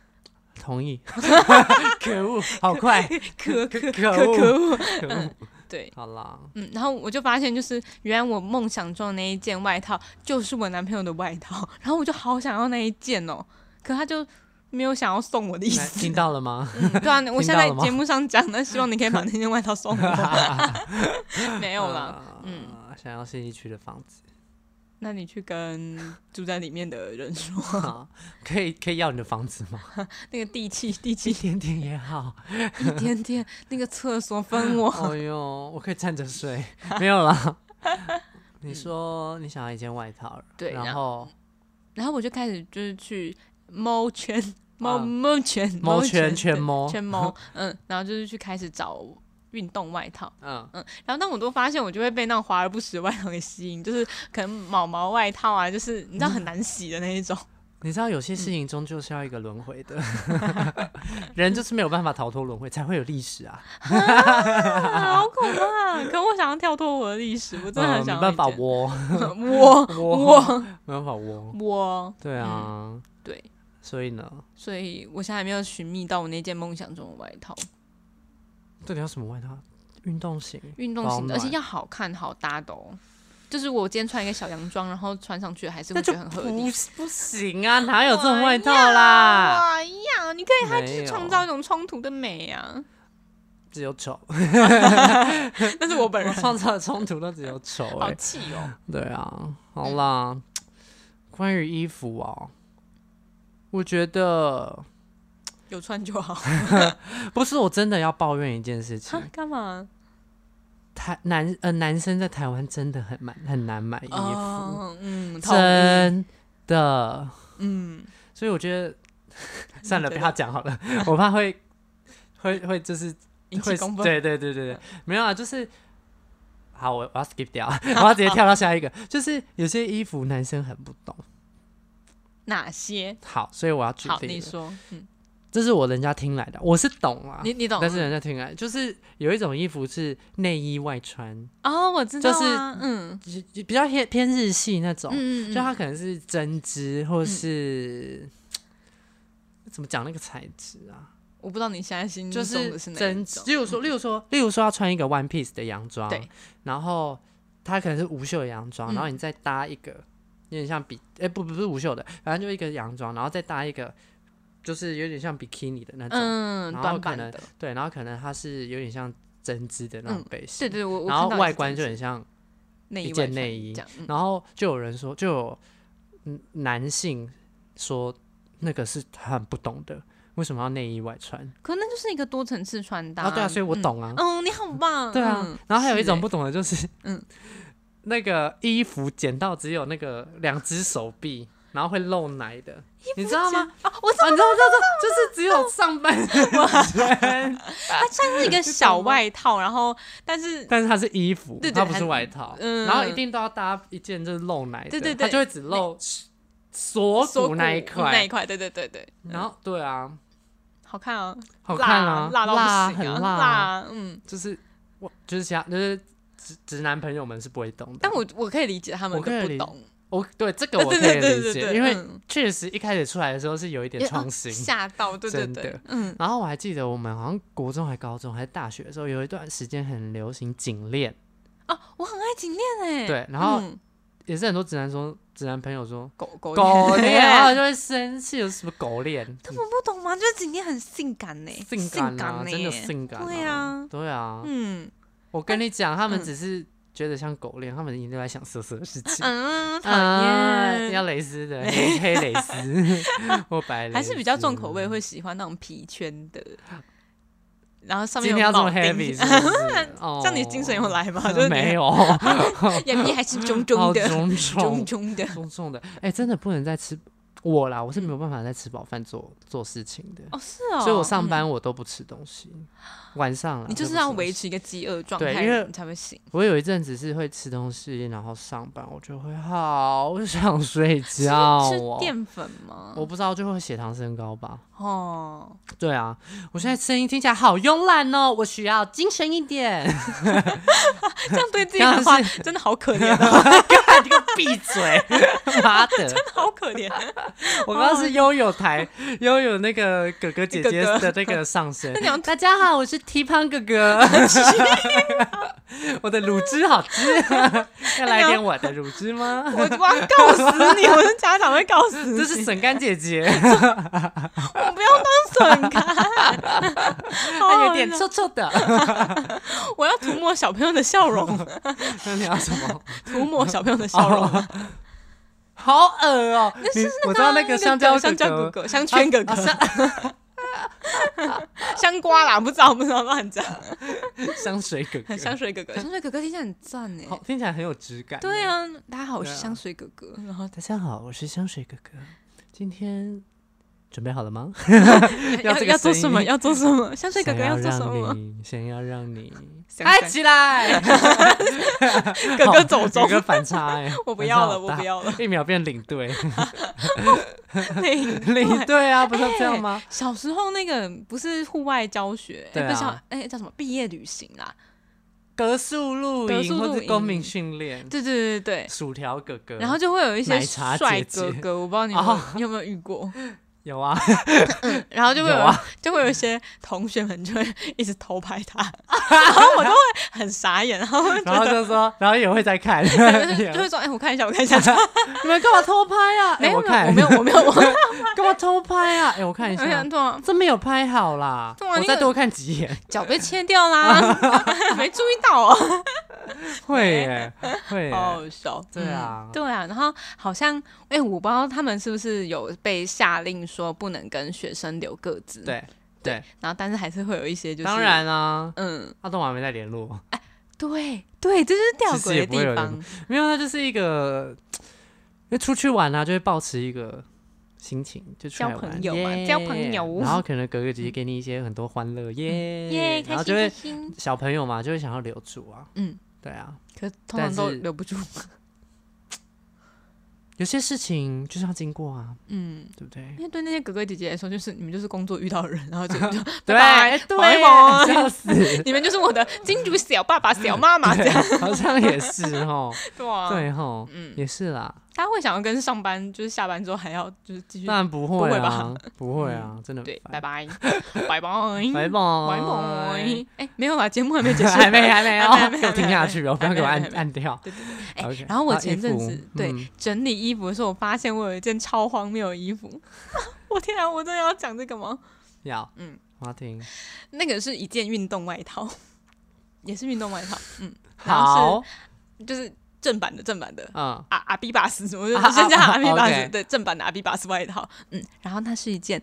B: 同意，可恶，好快，
A: 可
B: 可可
A: 可可
B: 恶
A: 可恶！
B: 可恶，
A: 对，
B: 好啦，
A: 嗯，然后我就发现，就是原来我梦想中的那一件外套就是我男朋友的外套， 然后我就好想要那一件哦，可他就没有想要送我的意
B: 来
A: 思。
B: 听到了吗？
A: 嗯， 对啊，我现在
B: 听到了吗
A: 节目上讲，那希望你可以把那件外套送我。没
B: 没
A: 有啦，，
B: 嗯，想要信义区的房 子，
A: 那你去跟住在里面的人说，
B: 好可以可以要你的房子吗？
A: 那个地契，地
B: 一
A: 契
B: 点点也好。
A: 一点点，那个厕所分我。
B: 哎呦，我可以站着睡， 没有 啦。你说你想要一件外套，
A: 对
B: 然
A: 然
B: 后
A: 然后我就开始就是去猫圈、猫
B: 啊
A: 猫圈、
B: 猫圈圈
A: 对
B: 猫
A: 圈猫，嗯，然后就是去开始找运动外套。
B: 嗯，
A: 然后，但我都发现我就会被那种华而不实的外套给吸引，就是可能毛毛外套啊，就是你知道很难洗的那 一种。
B: 你知道有些事情终究是要一个轮回的， 人就是没有办法逃脱轮回，才会有历史啊。
A: 啊，好恐怖啊！可我想要跳脱我的历史，我真的
B: 嗯，
A: 很想
B: 没
A: 要
B: 办法
A: 一件
B: 窝
A: 我
B: 窝，没办法窝。
A: 我
B: 对啊，
A: 对，
B: 所以呢，
A: 所以我现在还没有寻觅到我那件梦想中的外套，
B: 到底要什么外套？运动型，
A: 运动型
B: 保
A: 的，
B: 暖
A: 而且要好看好搭的哦。就是我今天穿一个小洋装，然后穿上去还是
B: 那
A: 会
B: 就
A: 觉得很合
B: 不
A: 理。啊
B: 是不行啊，哪有这种外套啦？
A: 哇哎呀，啊你可以
B: 没
A: 去
B: 有
A: 创造一种冲突的美啊！
B: 只有丑，
A: 但是我本
B: 我
A: 人
B: 创造的冲突都只有丑、欸，
A: 好嗯气哦。
B: 对啊，好啦，关于衣服哦，我觉得
A: 有穿就好。
B: 不是我真的要抱怨一件事情，
A: 干嘛？
B: 台男呃男生在台湾真的很蛮很难买衣服，
A: 哦，嗯，同意，
B: 真的，
A: 嗯，
B: 所以我觉得 算了，
A: 觉
B: 不
A: 得
B: 要讲好了， 我怕会会会就是
A: 引
B: 会
A: 起公愤。嗯
B: 对对对对对，没有啊，就是。好，我我要 skip 掉，我要直接跳到下一个。就是有些衣服男生很不懂，
A: 哪些？
B: 好，所以我要举
A: 好，
B: 例
A: 你
B: 了。
A: 说，嗯，
B: 这是我人家听来的，我是懂啊，
A: 你你懂？
B: 但是人家听来就是有一种衣服是内衣外穿，
A: 哦，我知道啊，
B: 就是
A: 嗯
B: 就就比较偏偏日系那种，
A: 嗯，嗯
B: 就它可能是针织或是、怎么讲那个材质啊，
A: 我不知道你现在心
B: 就
A: 中
B: 是
A: 嗯的是哪一
B: 针织
A: 种，。嗯
B: 例如说，例如说，例如说要穿一个 one piece 的洋装，
A: 对，
B: 然后它可能是无袖的洋装，
A: 嗯
B: 然后你再搭一个有点像比，哎、不不不是无袖的，反正就一个洋装，然后再搭一个就是有点像比基尼的那种。
A: 嗯，
B: 然后
A: 短
B: 可
A: 版
B: 能
A: 的，
B: 对，然后可能它是有点像针织的那种
A: 嗯
B: 背心，
A: 对对，我我
B: 然后
A: 看到也是
B: 外观
A: 这
B: 就
A: 样
B: 很像，
A: 子内
B: 一
A: 衣
B: 件
A: 外
B: 内
A: 穿
B: 衣
A: 这样，嗯
B: 然后就有人说，就有嗯男性说那个是很不懂的，为什么要内衣外穿？
A: 可能就是一个多层次穿搭。
B: 啊，对啊，所以我
A: 嗯。
B: 懂啊，
A: 嗯，你好棒。
B: 对啊
A: 嗯，
B: 然后还有一种，
A: 是
B: 不懂的就是，
A: 嗯，
B: 那个衣服剪到只有那个两只手臂，然后会露奶的，你知道吗？
A: 欸啊，我
B: 啊，你知道，知道，知道就是只有上半身，
A: 它像是一个小外套，然后但是
B: 但是它是衣服，
A: 对对
B: 它不
A: 还
B: 是外套，
A: 嗯
B: 然后一定都要搭一件就是露奶的，
A: 对对对
B: 它就会只露锁
A: 锁
B: 骨那一
A: 那
B: 块
A: 一，块，对对对对，
B: 然后对啊，
A: 好看啊，
B: 好
A: 辣
B: 看啊，
A: 辣到不
B: 很
A: 行啊，
B: 辣啊，
A: 辣，嗯。
B: 就是我就是其他就是直直男朋友们是不会懂的，
A: 但我我可以理解他们
B: 我可以
A: 的不
B: 理
A: 懂，
B: 我对这个
A: 对
B: 我可
A: 对
B: 以
A: 对对
B: 理
A: 对
B: 解，
A: 对
B: 因为
A: 嗯
B: 确实一开始出来的时候是有一点
A: 也
B: 创
A: 啊
B: 新。
A: 吓到，对对
B: 真
A: 对
B: 的，
A: 嗯，
B: 然后我还记得我们好像国中还高中还是大学的时候，有一段时间很流行颈链，
A: 哦，我很爱颈链哎，
B: 对然后
A: 嗯
B: 也是很多直男说直男朋友说
A: 狗狗
B: 狗
A: 链
B: 恋，然后就会生气，有什么狗恋？ 嗯
A: 他们不懂吗？就是颈链很性感呢，
B: 性
A: 感
B: 感啊，
A: 呢
B: 真的性感。
A: 对啊，
B: 对啊。
A: 嗯
B: 我跟你讲，他们
A: 嗯
B: 只是觉得像狗恋，他们一定都在想色色的事情。
A: 嗯，讨
B: 啊要
A: 厌，
B: 蕾丝 的，黑黑蕾丝或白蕾丝，
A: 还是比较重口味，。会喜欢那种皮圈的，然后上面
B: 今天要这么
A: 铆钉
B: heavy，是不是哦
A: 这样你精神有 来 吗？啊就是你
B: 没，有，
A: 眼皮还是肿
B: 好
A: 肿的，
B: 重重
A: 肿肿的。
B: 重重的。哎，真的不能再吃我啦，我是没有办法再吃饱饭做做事情的。
A: 哦，是嗯哦，
B: 所以我上
A: 嗯
B: 班我都不吃东西，晚上啦
A: 你就
B: 都
A: 是
B: 不吃
A: 要
B: 东西
A: 维持一个饥饿状
B: 对
A: 态，
B: 因为
A: 你才会醒。
B: 我有一阵子是会吃东西，然后上班，我就会好想睡
A: 是
B: 觉哦
A: 吃。淀粉吗？
B: 我不知道就会血糖升高吧？
A: 哦，
B: 对啊，我现在声音听起来好慵懒哦，我需要精神一 点。
A: 哎这样对自己的话
B: 刚刚
A: 啊真的好可怜，
B: 干你给我闭嘴！妈的，
A: 好可怜。
B: 我刚刚是悠悠台，悠悠那个哥哥姐姐
A: 哥
B: 的
A: 哥
B: 那个上身。
A: 你要
B: 大家好，我是提胖哥 哥。我的乳汁好汁， 要来一点我的乳汁吗？
A: 我哇告死你！我的家长会告死你。
B: 这是沈干姐 姐，
A: 我不要 当笋干，
B: 她
A: 好
B: 有点
A: 好笑
B: 臭臭的。
A: 我要涂抹小朋友的笑 容，
B: 那你要什么？
A: 涂抹小朋友的笑容。
B: 好恶哦！你我知道那个香蕉
A: 香蕉哥啊
B: 哥哥，啊
A: 哥、香圈哥哥、香瓜啦，不知道不知道乱讲。
B: 香水哥哥，
A: 香水哥哥，香水哥哥听起来很赞哎
B: 好。听起来很有质感。
A: 对，啊，大家好，我是
B: 对啊
A: 香水哥哥。然后
B: 大家好，我是香水哥哥，今天准备好了吗？要
A: 要
B: 这个
A: 要做
B: 声
A: 什么？
B: 音
A: 要做什 么？香水哥
B: 想
A: 哥要做什
B: 让
A: 么？
B: 你？想要让 你
A: 想
B: 嗨
A: 想
B: 起来，
A: 哥哥走
B: 哥
A: 中，
B: 哥反差哎、
A: 我不要
B: 反差
A: 了，
B: 好
A: 我
B: 大
A: 不，要了。
B: 一秒变领 队，
A: 那
B: 领队啊，不是这样吗？
A: 小时候那个不是户外教学，
B: 对
A: 哎
B: 啊
A: 不是小哎叫什么毕业旅行啊啦？
B: 格数露
A: 格
B: 营
A: 数
B: 或
A: 露
B: 是
A: 营
B: 公民训练，
A: 对对对对
B: 薯条哥哥，
A: 对。然后就会有一些
B: 奶茶姐
A: 帅
B: 姐
A: 哥哥，我不知道你有没有
B: 哦
A: 你有没有遇过。
B: 有 啊，
A: 然后就会有
B: 有啊
A: 就会有一些同学们就会一直偷 拍他，然后我就会很傻眼，然后会
B: 然后就说，然后也会在 看，
A: 就会说：“哎、我看一下，我看一下。
B: 你们干嘛偷拍啊？
A: 没
B: 哎
A: 有
B: 我看，
A: 没有，我没有，我没有，
B: 干嘛偷拍啊？哎，我看一
A: 我没
B: 下
A: 有，，对啊，
B: 这没有拍好啦，
A: 对啊
B: 我
A: 那
B: 再
A: 个
B: 多看几眼。
A: 脚被切掉 啦，没注意到哦，
B: 会耶，会耶，
A: 好好笑。”
B: 对啊
A: 对啊，然后好像哎、我不知道他们是不是有被下令说不能跟学生留各自，，
B: 对对，
A: 然后但是还是会有一些就是，
B: 当，然啊，
A: 嗯，
B: 阿东还没在联络，
A: 对对，这就是吊
B: 其实
A: 诡
B: 也
A: 的
B: 不会有
A: 地
B: 人
A: 方，
B: 没有，他就是一个，因为出去玩啊，就会保持一个心情，就出来
A: 交
B: 玩
A: 朋友嘛
B: 耶
A: 交朋友
B: 然后可能哥哥姐姐给你一些很多欢乐，耶
A: 嗯耶，
B: 然
A: 开
B: 后
A: 心
B: 就
A: 开
B: 会
A: 心，
B: 小朋友嘛，就会想要留住啊，
A: 嗯，
B: 对啊，
A: 可是通常
B: 但
A: 都
B: 是
A: 留不住，
B: 有些事情就是要经过啊，
A: 嗯。
B: 对不对？
A: 因为对那些哥哥姐姐来说，就是你们就是工作遇到的人，然后就就
B: 对
A: 拜拜
B: 对，
A: 拜拜
B: 笑死，
A: 你们就是我的金主小爸爸、小妈啊妈这样，
B: 好像也是 哦，
A: 对啊，
B: 对哦，
A: 嗯，
B: 也是啦。
A: 他会想要跟上班，就是下班之后还要就是继续
B: 当然不会
A: 不会
B: 啊
A: 吧，嗯
B: 不会啊，真的很
A: 对，
B: 烦
A: 拜拜，拜拜，拜
B: 拜拜
A: 拜，拜，哎，没有啦，节目还没结束，
B: 还没还没
A: 还
B: 哦，
A: 没
B: 给我听下去哦，不
A: 还
B: 要
A: 没
B: 给我
A: 还
B: 按
A: 没还没
B: 按掉。
A: 对对对，哎
B: OK，
A: 然后我
B: 啊
A: 前
B: 衣
A: 阵
B: 服
A: 子对
B: 嗯
A: 整理衣服的时候，我发现我有一件超荒谬的衣服， 我天啊，我真的要讲这个吗？
B: 要嗯
A: 嗯，
B: 我要听。
A: 那个是一件运动外套， 也是运动外套，嗯，然后
B: 好，
A: 是就是正版的正版的，
B: 嗯，
A: 啊阿比巴斯，我就
B: 啊
A: 先讲阿比
B: 啊
A: 巴
B: 啊
A: 斯
B: ，OK
A: 对正版的阿比巴斯外套，嗯，然后它是一件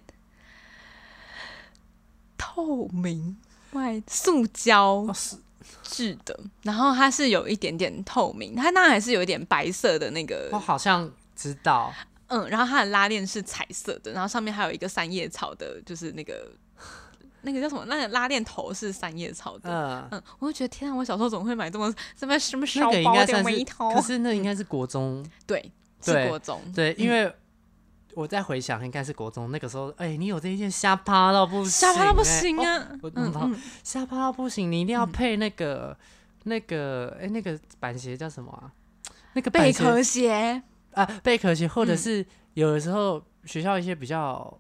A: 透明外塑胶
B: 哦是
A: 制的，然后它是有一点点透明，它当然还是有一点白色的那个
B: 我，好像知道，
A: 嗯，然后它的拉链是彩色的，然后上面还有一个三叶草的，就是那个那个叫什么？那个拉链头是三叶草的。
B: 嗯，
A: 嗯，我就觉得天啊！我小时候怎么会买这么这么什么
B: 那
A: 烧
B: 个应
A: 包
B: 该
A: 的
B: 算是
A: 围，头？
B: 可是那应该是国中，
A: 对，
B: 对
A: 是国中，
B: 对，因为。我再回想，应该是国中那个时候，哎，你有这一件瞎趴到不行，
A: 吓趴到不
B: 哎
A: 行啊！
B: 我
A: 嗯
B: 好下巴到不行，你一定要配那个、那个哎、那个板鞋叫什么啊？那个板
A: 贝
B: 鞋
A: 壳鞋，
B: 啊，贝壳鞋，或者
A: 嗯
B: 是有的时候学校一些比较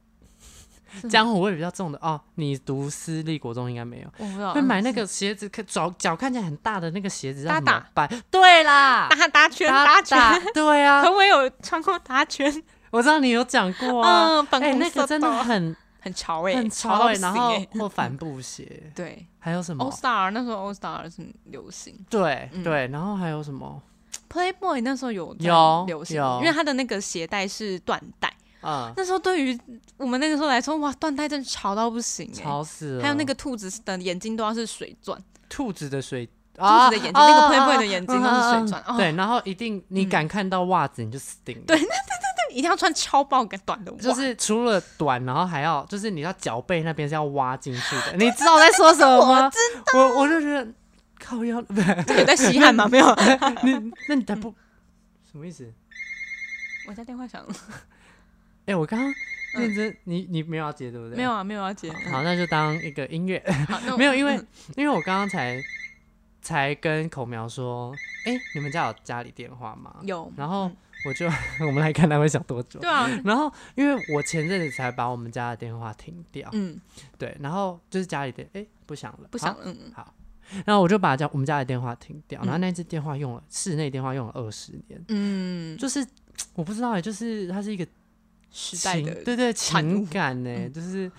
A: 是吗
B: 江湖味比较重的哦，你读私立国中应该没有。
A: 我不知道。
B: 会买那个鞋子，看脚脚看起来很大的那个鞋子，叫
A: 搭
B: 什么
A: 打
B: 板？对啦，
A: 打打嗯圈
B: 搭
A: 打圈，
B: 打，对啊
A: 可，我有穿过打圈，
B: 我知道你有讲过啊。
A: 嗯，粉
B: 哎，
A: 红
B: 那
A: 色
B: 个真的很
A: 很潮哎，
B: 很
A: 到
B: 潮
A: 不
B: 哎，
A: 行
B: 然后
A: 欸
B: 或帆布鞋，
A: 对
B: 还有什么
A: ，All？Star 那时候 All Star 是流行
B: 对
A: 哦嗯
B: 对，然后还有什么？
A: ，Playboy 那时候有在
B: 有
A: 流行
B: 有，
A: 因为它的那个鞋带是缎带，
B: 嗯，
A: 那时候对于我们那个时候来说，哇，缎带真的潮到不行哎。
B: 吵死了！
A: 还有那个兔子的眼睛都要是水钻，
B: 哦兔子的水，哦兔
A: 兔子的眼睛，那个 Playboy 的眼睛都是水钻，哦，
B: 对，然后一定你敢看到袜子你就死定了。
A: 对一定要穿超爆跟短的袜，
B: 就是除了短，然后还要就是你要脚背那边是要挖进去的。你知道我在说什么吗？我我就觉得靠腰，不是
A: 有在吸汗吗？没有，
B: 你那你才不什么意思？
A: 我家电话响了，
B: 哎，我刚刚
A: 嗯
B: 认真，你你没有要接对不对？
A: 没有。啊，没有要接，嗯
B: 好，那就当一个音乐，
A: 好那我
B: 没有，因为
A: 嗯
B: 因为我刚刚才才跟口苗说，哎、你们家有家里电话吗？
A: 有，
B: 然后我就 我们来看他会想多久。
A: 对啊，
B: 然后因为我前阵子才把我们家的电话停掉，
A: 嗯，
B: 对，然后就是家里的哎、不响了，
A: 不
B: 好
A: 想，嗯嗯，
B: 好，然后我就把家我们家的电话停掉，
A: 嗯
B: 然后那只电话用了室内电话用了二十年，
A: 嗯，
B: 就是我不知道哎，就是它是一个
A: 时代
B: 情，
A: 的
B: 对对
A: 产
B: 情
A: 物
B: 感呢、
A: 嗯
B: 就是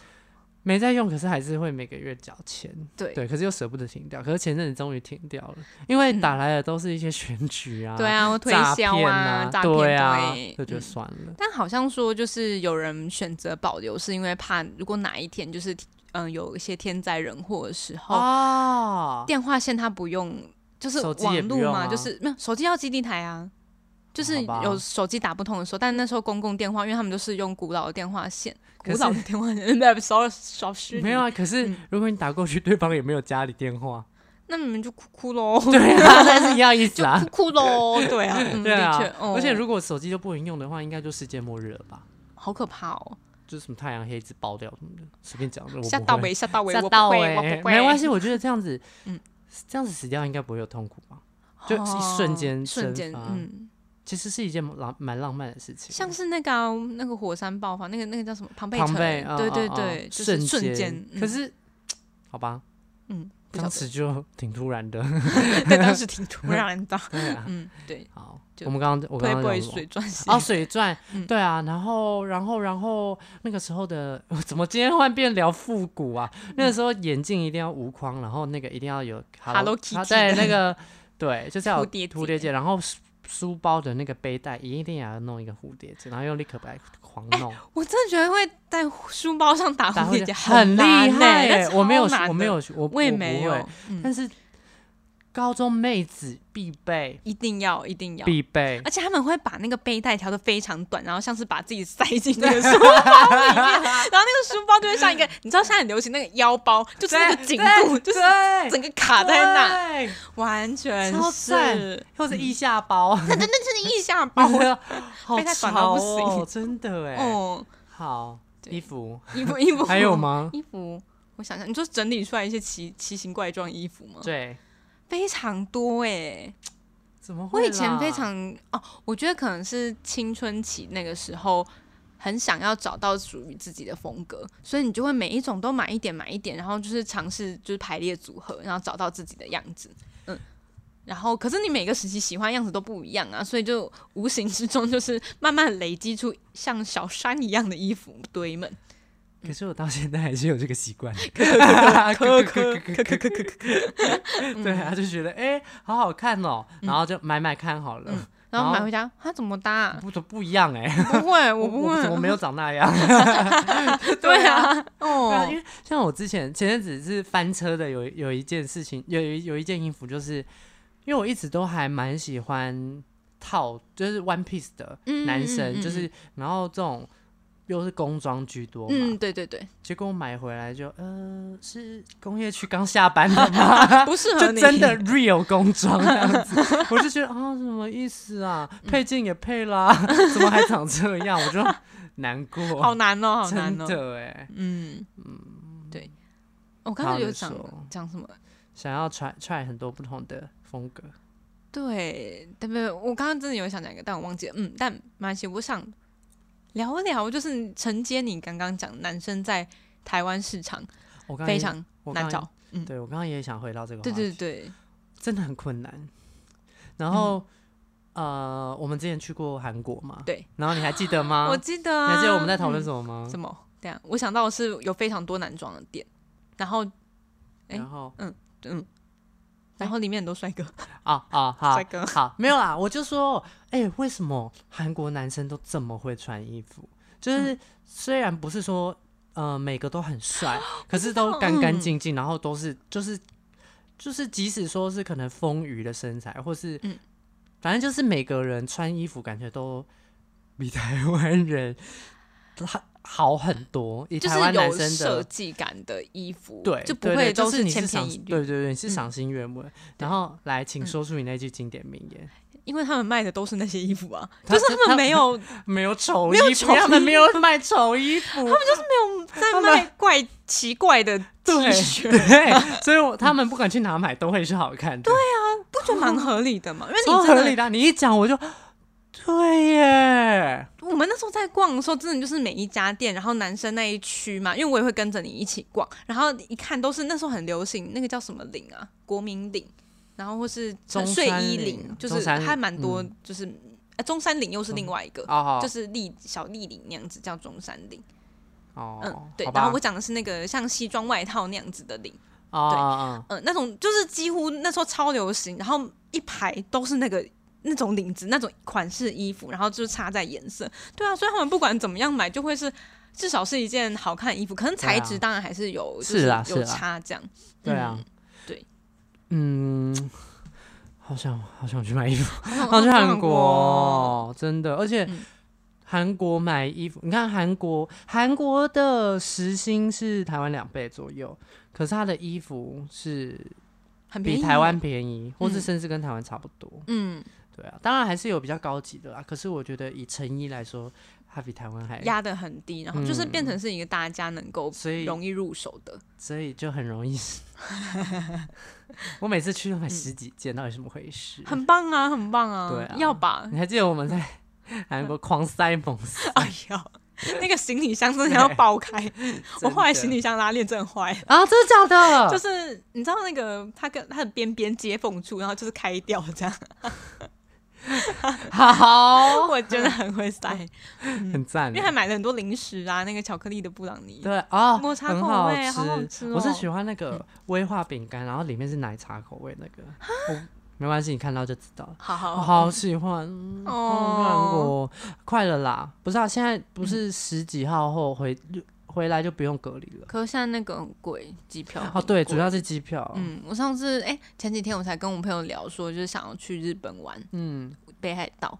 B: 没在用，可是还是会每个月缴钱，
A: 对
B: 对，可是又舍不得停掉，可是前阵子终于停掉了，因为打来的都是一些选举啊，
A: 嗯对
B: 啊，
A: 啊，我推
B: 诈
A: 销
B: 骗
A: 啊，诈骗
B: 对啊，这
A: 对
B: 就
A: 嗯
B: 算了，
A: 但好像说，就是有人选择保留，是因为怕如果哪一天就是嗯、有一些天灾人祸的时候，
B: 哦，
A: 电话线它不用，就是
B: 手机也
A: 网
B: 不
A: 络
B: 用
A: 嘛，就
B: 啊
A: 是没有手机要基地台啊，就是
B: 好吧
A: 有手机打不通的时候，但那时候公共电话，因为他们都是用古老的电话线，
B: 可
A: 古老的电话线 不是，少少失
B: 没有，啊，可是
A: 嗯
B: 如果你打过去，对方也没有家里电 话，
A: 那你们就哭哭喽，
B: 对 啊，但是一样意思啊
A: 哭。哭喽，对啊，嗯、
B: 对
A: 的
B: 啊
A: 确，，哦、
B: 而且如果手机都不能用的话，应该就世界末日了吧？
A: 好可怕哦，
B: 就是什么太阳黑子爆掉什么的，随便讲的。我不
A: 吓到
B: 会
A: 尾，吓到尾，
B: 吓
A: 我
B: 到
A: 不会，我
B: 欸
A: 不会，
B: 没关系，我觉得这样子，嗯
A: 嗯，
B: 这样子死掉应该不会有痛苦吧？就一
A: 哦
B: 瞬间
A: 瞬
B: 蒸
A: 间，
B: 发
A: 嗯。
B: 其实是一件浪蛮浪漫的事情，
A: 像是那个啊、那个火山爆发，那个那个叫什么庞贝
B: 庞
A: 城？
B: 贝，啊
A: 对对
B: 啊啊
A: 对，就是
B: 瞬
A: 瞬间。嗯
B: 可是，好吧，
A: 嗯，不晓
B: 当
A: 得
B: 时就挺突然的。
A: 对， 当时挺 突然的。
B: 对啊，
A: 嗯，对
B: 好，
A: 就
B: 我们刚刚我刚刚讲
A: ，Playboy
B: 什么
A: 水钻石
B: 哦，水钻，
A: 嗯
B: 对啊，然后，然后，然后那个时候的，怎么今天换变聊复古啊？那个时候眼镜一定要无框，然后那个一定要有
A: Hello
B: 啊
A: Kitty
B: 对，
A: 的
B: 那个对，就是要有
A: 蝴蝶结
B: 蝴蝶结，然后书书包的那个背带一定也要弄一个蝴蝶结，然后用立可白狂弄，
A: 我真的觉得会在书包上打
B: 打
A: 哎蝴蝶结
B: 很厉
A: 难
B: 害
A: 欸
B: 耶、
A: 那
B: 我没有
A: 超
B: 学，
A: 难
B: 我没
A: 的，
B: 有学，我
A: 我也
B: 不
A: 没
B: 会
A: 有，嗯，
B: 但是高中妹子必备，
A: 一定要一定要。
B: 必备。
A: 而且他们会把那个背带调的非常短，然后像是把自己塞进那个书包里面，然后那个书包就会像一个，你知道现在很流行那个腰包，就是那个
B: 对
A: 紧
B: 对
A: 度，就是
B: 对
A: 整个卡在那。
B: 对
A: 完全
B: 超
A: 是嗯
B: 赞或者腋下 包，
A: 那真的是腋 下包
B: 好
A: 哦被他
B: 潮
A: 管到不
B: 哦，真 的哎。
A: 哦，
B: 好，
A: 对哦
B: 衣服
A: 衣服衣服
B: 还有？吗？
A: 衣服，我想想，你说整理出来一些奇奇形怪状衣服吗？
B: 对，
A: 非常多哎、
B: 怎么
A: 我
B: 会啦？
A: 以前非常哦，我觉得可能是青春期那个时候。很想要找到属于自己的风格，所以你就会每一种都买一点，买一点，然后就是尝试就是排列组合，然后找到自己的样子。嗯，然后可是你每个时期喜欢的样子都不一样啊，所以就无形之中就是慢慢累积出像小山一样的衣服堆们。
B: 可是我到现在还是有这个习 惯。
A: 可可可可可可嗯可，
B: 对啊，就觉得哎，好好看哦，
A: 嗯
B: 然后就买买看好了。
A: 然
B: 然
A: 后
B: 后
A: 买回家，它怎么搭啊、
B: 不不一样哎，
A: 不会，我不
B: 我
A: 会，
B: 我没有长那样。
A: 对啊，
B: 对啊，因
A: 哦，
B: 为像我之前前阵子是翻车的有，有一件事情，有有有一件衣服，就是因为我一直都还蛮喜欢套，就是 One Piece 的
A: 嗯
B: 男生，
A: 嗯嗯
B: 就是然后这种又是工装居多嘛，
A: 嗯，对对对，
B: 结果我买回来就呃是工业区刚下 班的吗？
A: 不适合
B: 就
A: 你，
B: 真 的 real 工装这样子， 我就觉得啊，什么意思啊？
A: 嗯
B: 配件也配啦， 怎么还长这样？我 就难过，
A: 好难哦，好
B: 真
A: 难哦，
B: 的哎。
A: 嗯嗯，对。我刚
B: 好
A: 才有
B: 你
A: 讲
B: 说
A: 讲什么？
B: 想要 try try 很多不同的风格。
A: 对，对不对？我刚刚真的有想讲一个，但我忘记了。嗯，但没关系，我想聊一聊，就是承接你刚刚讲男生在台湾市场
B: 我刚刚
A: 非
B: 也
A: 常
B: 我刚
A: 难
B: 刚
A: 找。嗯
B: 对我刚刚也想回到这个话
A: 对
B: 题，
A: 对嗯对，
B: 真的很困难。然后、呃，我们之前去过韩国嘛，
A: 对，
B: 然后你还记得吗？
A: 我记得
B: 你
A: 啊。
B: 还记得我们在讨论
A: 嗯
B: 什么吗？
A: 什么？对啊，我想到的是有非常多男装的店，然后哎
B: 然后
A: 嗯，然后里面很多帅哥，
B: 啊啊好
A: 帅 哥，
B: 好，没有啦，我就说，哎、为什么韩国男生都这么会穿衣服？就是、
A: 嗯
B: 虽然不是说呃每个都很 帅，可是都干干净净，然后都是就是就是即使说是可能丰腴的身材，或是、
A: 嗯
B: 反正就是每个人穿衣服感觉都比台湾人好好很多，以
A: 就
B: 台
A: 是
B: 湾男
A: 有
B: 生
A: 设
B: 的。
A: 计感的衣服，
B: 对，
A: 就不
B: 对对
A: 会都
B: 就是你
A: 千
B: 赏
A: 篇一律。
B: 对对对，你是赏心悦目的。然后来，请
A: 嗯
B: 说出你那句经典名言。
A: 因为他们卖的都是那些衣服啊，
B: 他
A: 就是他
B: 他
A: 们没有
B: 没有丑
A: 没
B: 衣
A: 有
B: 服，
A: 丑
B: 他们
A: 衣
B: 没有卖丑衣服，
A: 没有在
B: 他们
A: 卖怪奇怪的 T
B: 对
A: 恤，
B: 对，所以我他们不管去哪买都会是好看的，对啊，
A: 不觉得蛮合理的嘛？因为
B: 超
A: 你
B: 合理
A: 真的，
B: 的啊。你一讲我就，对耶，
A: 我们那时候在逛的时候，真的就是每一家店，然后男生那一区嘛，因为我也会跟着你一起逛，然后一看都是那时候很流行那个叫什么领啊，国民领，然后或是呃
B: 中
A: 睡
B: 山
A: 衣
B: 领
A: 领，就
B: 中
A: 是
B: 山嗯
A: 还蛮多，就是、呃中山领又是另外一个，
B: 哦，
A: 就是立小立领那样子叫中山领，
B: 哦，
A: 嗯，对
B: 好。吧
A: 然后我讲的是那个像西装外套那样子的领，
B: 哦
A: 对
B: 哦，
A: 嗯，那种就是几乎那时候超流行，然后一排都是那个那种领子、那种款式衣服，然后就是差在颜色。对啊，所以他们不管怎么样买，就会是至少是一件好看的衣服，可能材
B: 对
A: 质
B: 啊
A: 当然还是有，就是
B: 啊
A: 有
B: 是啊
A: 差这样。
B: 对啊
A: 嗯，对，
B: 嗯，好想好想去买衣服。
A: 好
B: 要
A: 像
B: 去韩
A: 国哦，
B: 国，真的，而且
A: 嗯
B: 韩国买衣服，你看韩国，韩国的时薪是台湾两倍左右，可是它的衣服是
A: 很便宜
B: 比台湾，便宜，或是
A: 嗯
B: 甚至跟台湾差不多。
A: 嗯，
B: 对啊，当然还是有比较高级的啦，可是我觉得以成衣来说，它比台湾还，
A: 压得很低，然后就是
B: 嗯
A: 变成是一个大家能够
B: 所以
A: 容易入手的。
B: 所以就很容易。 我每次去都买十几件，到底怎么回事？
A: 嗯很棒啊，很棒啊，
B: 对啊
A: 要吧？
B: 你还记得我们 在韩国狂塞猛塞？
A: 哎呀，那个行李箱真的要爆开， 我后来
B: 真的
A: 行李箱拉链真的坏了。
B: 啊，真的假的？
A: 就是你知道那个它跟它的边边接缝处，然后就是开掉这样，
B: 好，
A: 我真的很会塞，
B: 嗯很赞
A: 嗯因为。还买了很多零食啊，那个巧克力的布朗尼，
B: 对啊，
A: 抹茶
B: 很
A: 口
B: 好
A: 味好好吃哦
B: 我是喜欢那个威化饼干，然后里面是奶茶口味那个。我没关系，你看到就知道了。
A: 好
B: 我
A: 好
B: 好喜欢嗯
A: 哦
B: 哦，韩国快了啦！不是啊，现在不
A: 嗯
B: 是十几号后回回来就不用隔离了。
A: 可是现在那个很贵，机票
B: 哦，对，主
A: 要
B: 要是哦机票。
A: 嗯，我上次哎、前几天我才跟我朋友聊说，就是想要去日本玩
B: 嗯，
A: 北海道，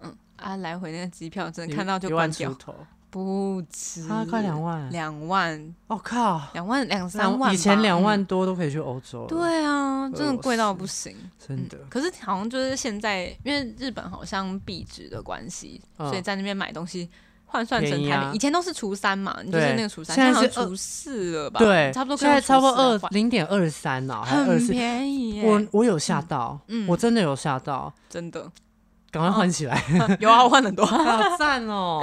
A: 嗯啊来回那个机票真的
B: 一
A: 看到就
B: 一
A: 关
B: 万
A: 掉
B: 出，头，
A: 不止
B: 啊，快两万！
A: 两万
B: 我靠，
A: 两万两三
B: 两
A: 万吧，
B: 以前两
A: 嗯
B: 万多都可以去欧洲了，
A: 对啊，真的贵到不行。嗯
B: 真的
A: 可是好像就是现在，因为日本好像币值的关系，
B: 嗯
A: 所以在那边买东西换算成台币，
B: 便宜啊
A: 以前都是除三嘛，你就
B: 对
A: 是那个除三，
B: 现在
A: 现
B: 是
A: 在好像除四了吧？
B: 对，
A: 差不多
B: 现
A: 跟
B: 在差不多
A: 除四
B: 二
A: 来换
B: 零点二三呢，还二
A: 很
B: 四。
A: 便宜耶、
B: 我我有吓到，
A: 嗯哦
B: 我真的有吓到，
A: 真的
B: 赶快换起来，
A: 有啊，我换很多，
B: 好赞哦！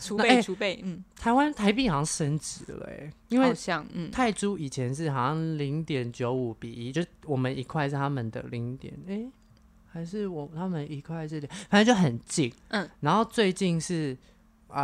A: 储
B: 那
A: 备
B: 哎
A: 储备，嗯，
B: 台湾台币好像升值了哎，因
A: 好
B: 为
A: 像嗯
B: 泰铢以前是好像零点九五比一，就是我们一块是他们的零点哎，还是我他们一块是零，反正就很近。
A: 嗯，
B: 然后最近是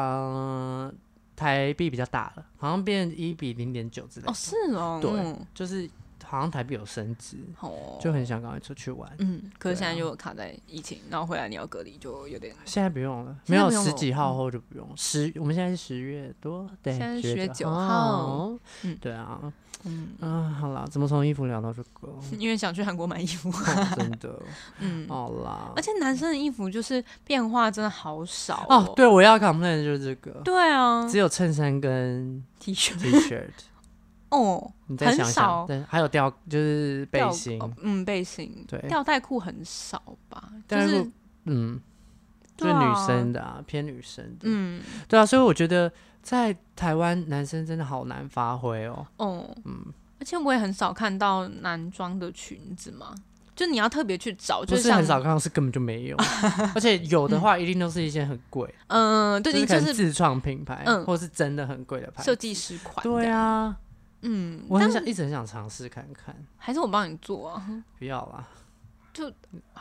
B: 嗯台币比较大了，好像变一比零点九之类
A: 哦
B: 的，
A: 是哦，
B: 对
A: 嗯
B: 就是好像台币有升值，
A: 哦，
B: 就很想赶快出去玩。
A: 嗯，可是
B: 对啊
A: 现在又卡在疫情，然后回来你要隔离，就有点。
B: 现在不用了，
A: 现
B: 没
A: 在
B: 有
A: 不用
B: 十
A: 了嗯
B: 几号后就不用了。十，我们现在是十月多，对，
A: 现在是
B: 10
A: 10
B: 号
A: 号。嗯
B: 对啊，
A: 嗯，
B: 嗯，好啦，怎么从衣服聊到这个？
A: 因为想去韩国买衣服，
B: 哦真 的，
A: 嗯，
B: 好啦
A: 而。且男生的衣服就是变化真的好少
B: 哦，对，我要 complain 的就是这个，
A: 对啊
B: 只有衬衫跟
A: ，T 恤
B: T 恤，
A: 哦，
B: 你再想
A: 很
B: 想，
A: 少
B: 对，还有吊就是背
A: 吊
B: 心，
A: 哦嗯，背心，
B: 对
A: 吊带裤很少吧，就
B: 吊带
A: 是
B: 裤嗯，就
A: 对
B: 是
A: 啊
B: 女生的啊，偏女生的，
A: 嗯，
B: 对啊，所以我觉得在台湾男生真的好难发挥哦，
A: 哦，而且我也很少看到男装的裙子嘛，就你要特别去找，
B: 不
A: 就是像
B: 很少，看到，是根本就没 有，而且有的话一定都是一些很贵，
A: 嗯， 对，你
B: 可能
A: 就是
B: 自创品牌，
A: 嗯
B: 或是真的很贵的牌
A: 设
B: 子。
A: 计师款，
B: 对，啊，
A: 嗯，
B: 我
A: 但
B: 很想一直很想尝试看看，
A: 还是我帮你做啊，
B: 不要啦，
A: 就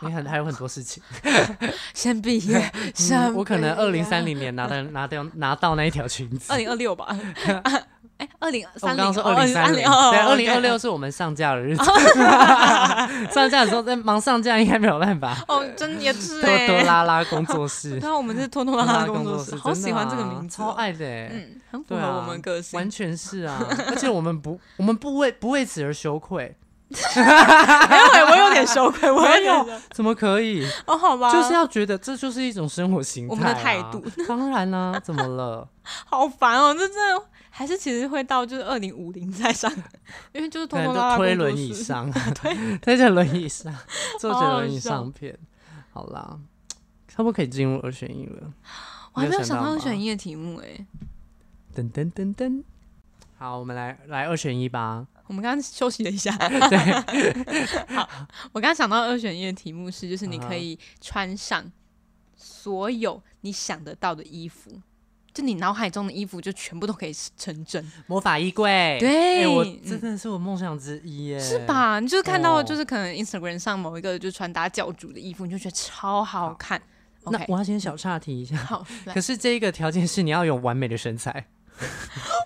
B: 你很还有很多事情，
A: 先毕 业，啊
B: 嗯我可能二零三零年拿 到拿到拿到那一条裙子
A: 二。零二 六吧，哎，二零
B: 我
A: 三
B: 刚
A: 零，
B: 刚
A: 哦
B: 说二零三零，对，二零二六是我们上架的日 子。 上架的时候在忙上架，应该没有办法。
A: 哦，真也 是
B: 多
A: 哎，
B: 多拉拉工作 室，
A: 对啊，我们是拖拖拉拉工作 室，
B: 室，
A: 好喜欢这个
B: 真的啊
A: 名字，
B: 超，爱的欸。
A: 嗯，很符
B: 对
A: 合
B: 啊
A: 我们个
B: 完
A: 性。
B: 全是 啊，而且我们不，我们不为不为此而羞愧，
A: 没有，欸我有点羞愧，我有
B: 没
A: 点
B: 有， 怎么可以？
A: 哦，好吧，
B: 就是要觉得这就是一种生活形态、啊，
A: 我们的态度。
B: 当然啦、怎么了？
A: 好烦哦，这真的还是其实会到就是二零五零再上，因为就是
B: 可
A: 拖
B: 能啊就
A: 拖拉 拉
B: 推
A: 工作
B: 轮椅
A: 室，
B: 上，推推着轮椅上，坐着轮椅
A: 好好笑
B: 上片。好啦，差不多可以进入二选一了。
A: 我还没有
B: 你有想
A: 想
B: 到
A: 到
B: 吗
A: 二选一的题目哎、
B: 噔噔噔噔，好，我们来来二选一吧。
A: 我们刚刚休息了一下，
B: 对，
A: 我刚刚想到二选一的题目是，就是你
B: 啊哈
A: 可以穿上所有你想得到的衣服，就你脑海中的衣服就全部都可以成真，
B: 魔法衣柜，
A: 对
B: 哎我
A: 嗯
B: 真的是我梦想之一耶，
A: 是？吧？你就是看到
B: 哦
A: 就是可能 Instagram 上某一个就穿搭教主的衣服，你就觉得超好看。
B: 那
A: OK，
B: 我要先小岔题一下，
A: 好，来
B: 可是这一个条件是你要有完美的身材。你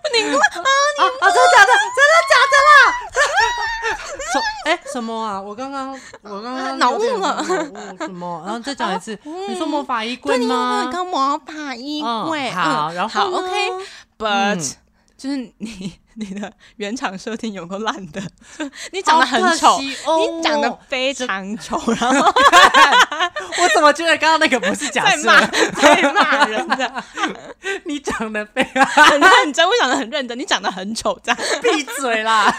B: 啊啊！真的假的？ 真的假的啦？什哎什么啊？我刚刚我刚刚
A: 脑雾
B: 有点
A: 了
B: 脑雾什么？然后再讲一次，
A: 嗯
B: 你说魔法衣柜
A: 对，你有没有
B: 吗？
A: 一个魔法衣柜？
B: 嗯好，然后
A: 好
B: 呢嗯
A: ，OK。But、就是你 你的原厂设定有够烂的，就你长得很丑
B: 好可，惜哦
A: 你长得 非常丑，然后
B: 我怎么觉得刚刚那个不是假
A: 在
B: 设？
A: 骂在骂人的，
B: 你长得非常
A: 很认真，我讲的很认真，你长得很丑这样，
B: 闭嘴啦！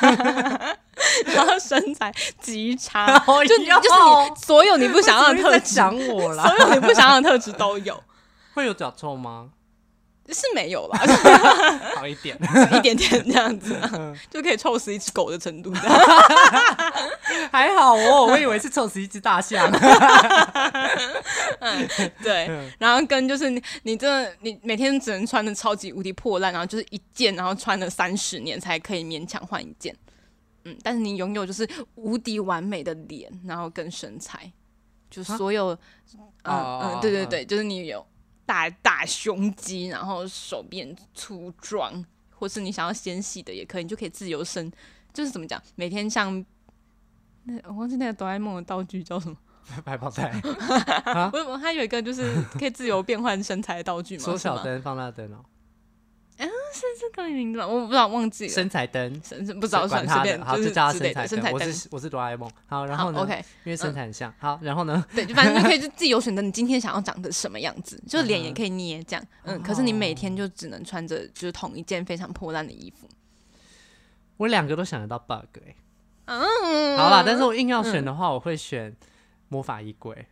A: 然后身材极差，
B: 哦
A: 就你
B: 哟
A: 就是你所有你不 想要的特
B: 在
A: 质，
B: 讲我 啦
A: 所，有你不想要的特质都有，
B: 会有脚臭吗？
A: 是没有啦，
B: 好一点。
A: 就一点点这样子啊、就可以臭死一只狗的程度这样。
B: 还好哦，我以为是臭死一只大象。
A: 对，然后
B: 嗯
A: 跟就是你，你真的你每天只能穿的超级无敌破烂，然后就是一件，然后穿了三十年才可以勉强换一件。嗯，但是你拥有就是无敌完美的脸，然后跟身材，就所有，嗯
B: 哦哦
A: 嗯，
B: 哦
A: 对对
B: 嗯
A: 对，就是你有大大胸肌，然后手变粗壮，或是你想要纤细的也可以，你就可以自由身，就是怎么讲，每天像。那我忘记那个哆啦 A 梦的道具叫什么？
B: 白宝袋，啊
A: 为什么它有一个就是 可以自由变换身材的道具吗？
B: 缩小
A: 是吗
B: 灯、放大灯哦，
A: 这个名字吗我不知道，忘记了，
B: 身材灯，
A: 身不知道
B: 管
A: 算
B: 他
A: 随
B: 的，
A: 便，
B: 好，
A: 是
B: 就叫他
A: 之类
B: 身材
A: 的身材
B: 灯。我
A: 灯。
B: 是我是哆啦 A 梦，好，然
A: 好
B: 后呢？
A: ，OK，嗯
B: 因为身材很像，好，然后呢？
A: 对，就反正你可以就自由选择你今天想要长得什么样子，就脸也可以捏这样，
B: 哦
A: 嗯，可是你每天就只能穿着就是同一件非常破烂的衣服，
B: 我两个都想得到 bug 哎，
A: 嗯，
B: 好啦，但是我硬要选的话，我会选魔法衣柜，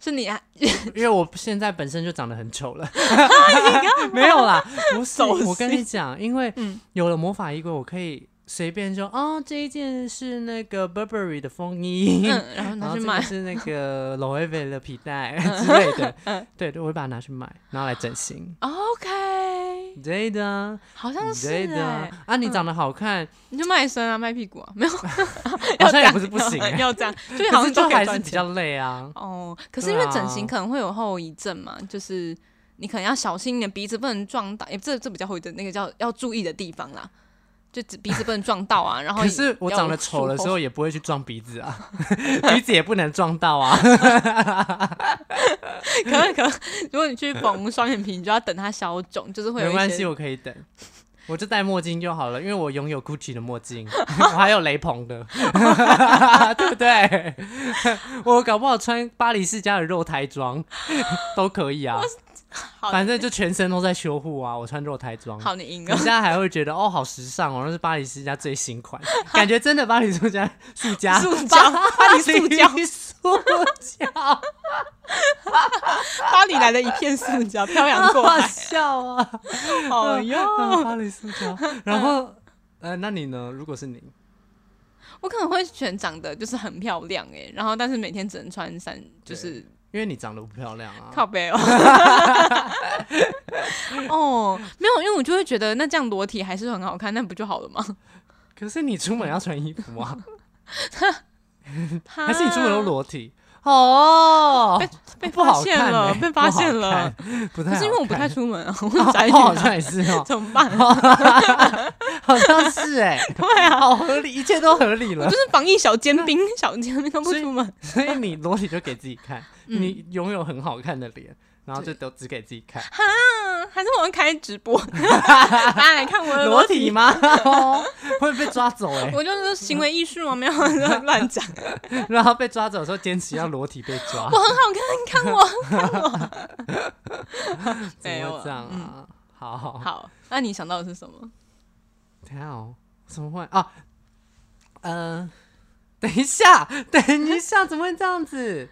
A: 是你啊，
B: 因为我现在本身就长得很丑 了， 没有啦，不是。
A: 手心
B: 我跟你讲，因为有了魔法衣柜，我可以随便说，哦，这一件是那个 Burberry 的风衣，
A: 嗯，然后
B: 然
A: 拿
B: 后
A: 去
B: 这个
A: 卖，
B: 是那 个 Loewe 的皮带之类的，对对，我会把它拿去买，然后来整形。
A: ，OK，
B: 对的，
A: 好像是
B: 对
A: 哎
B: 的，，啊，你长得好 看，
A: 你就卖身啊，卖屁股啊，没有，
B: 好
A: 要
B: 像
A: 这
B: 也
A: 样
B: 不是不 行欸，
A: 要这样，就好
B: 可是
A: 像
B: 就
A: 都可
B: 还
A: 以
B: 是
A: 赚
B: 比
A: 钱
B: 较累啊。
A: 哦，可是因
B: 对
A: 为
B: 啊
A: 整形可能会有后遗症嘛，就是你可能要小心你的鼻子不能撞到，也、这这比较会的那个叫要注意的地方啦，就只鼻子不能撞到啊。然后
B: 可是我
A: 要
B: 长得丑的
A: 术
B: 时
A: 后
B: 候也不会去撞鼻子啊， 鼻子也不能撞到 啊。
A: 可能可能如果你去缝双眼皮，你就要等它消肿，就是会有
B: 没
A: 一
B: 关
A: 些
B: 系，我可以等，我就戴墨镜就好了，因为我拥有 GUCCI 的墨镜， 我还有雷朋的， 对不对？ 我搞不好穿巴黎世家的肉胎装 都可以啊，
A: 好
B: 反正就全身都在修护啊，我穿肉胎装。
A: 好，你赢
B: 你
A: 了
B: 现。在还会觉得哦，好时尚哦，那是巴黎世家最新款，感觉真的巴黎世家塑胶，
A: 塑胶巴黎塑胶
B: 巴黎塑 胶，
A: 巴黎来的一片塑胶飘扬 过
B: 好
A: 来，
B: 笑啊！
A: 好哟！
B: 啊巴黎塑 胶。然后，呃，那你呢？如果是你，
A: 我可能会选长得就是很漂亮哎、然后但是每天只能穿三就是
B: 因为你长得不漂亮啊。
A: 靠背哦。 哦，没有，因为我就会觉得那这样裸体还是很好看，那不就好了吗？
B: 可是你出门要穿衣服 啊，
A: 还
B: 还是你出门都裸体？哦，
A: 啊被
B: 不
A: 发
B: 好
A: 现
B: 看
A: 了
B: 欸
A: 被发现
B: 不好
A: 了
B: 看不太好看。
A: 可是因为我不太出门 啊，我
B: 哦
A: 很宅女
B: 哦好
A: 啊，
B: 像也是哦，
A: 怎么办？
B: 好像是 哎，对啊，好合理，一切都合理了
A: 就。是防疫小尖 兵，小尖兵都不
B: 所以
A: 出门。
B: 所以你裸体就给自己看，
A: 嗯
B: 你拥有很好看的脸，然后就都只给自己看。
A: 嗯，还是我们开直 播，大家来看我的
B: 裸
A: 裸
B: 体
A: 体。
B: 吗？哦会被抓走哎，
A: 我就是行为艺术啊，没有 乱讲。
B: 然后被抓走的时候坚持要裸体被抓
A: 我，很好看，你看我， 看我。
B: 怎
A: 没有
B: 么
A: 啊
B: 会这样啊？好好
A: 嗯好，那你想到的是什么？
B: 等一下哦，怎么会啊？ 呃，等一下，等一下，怎么会这样子？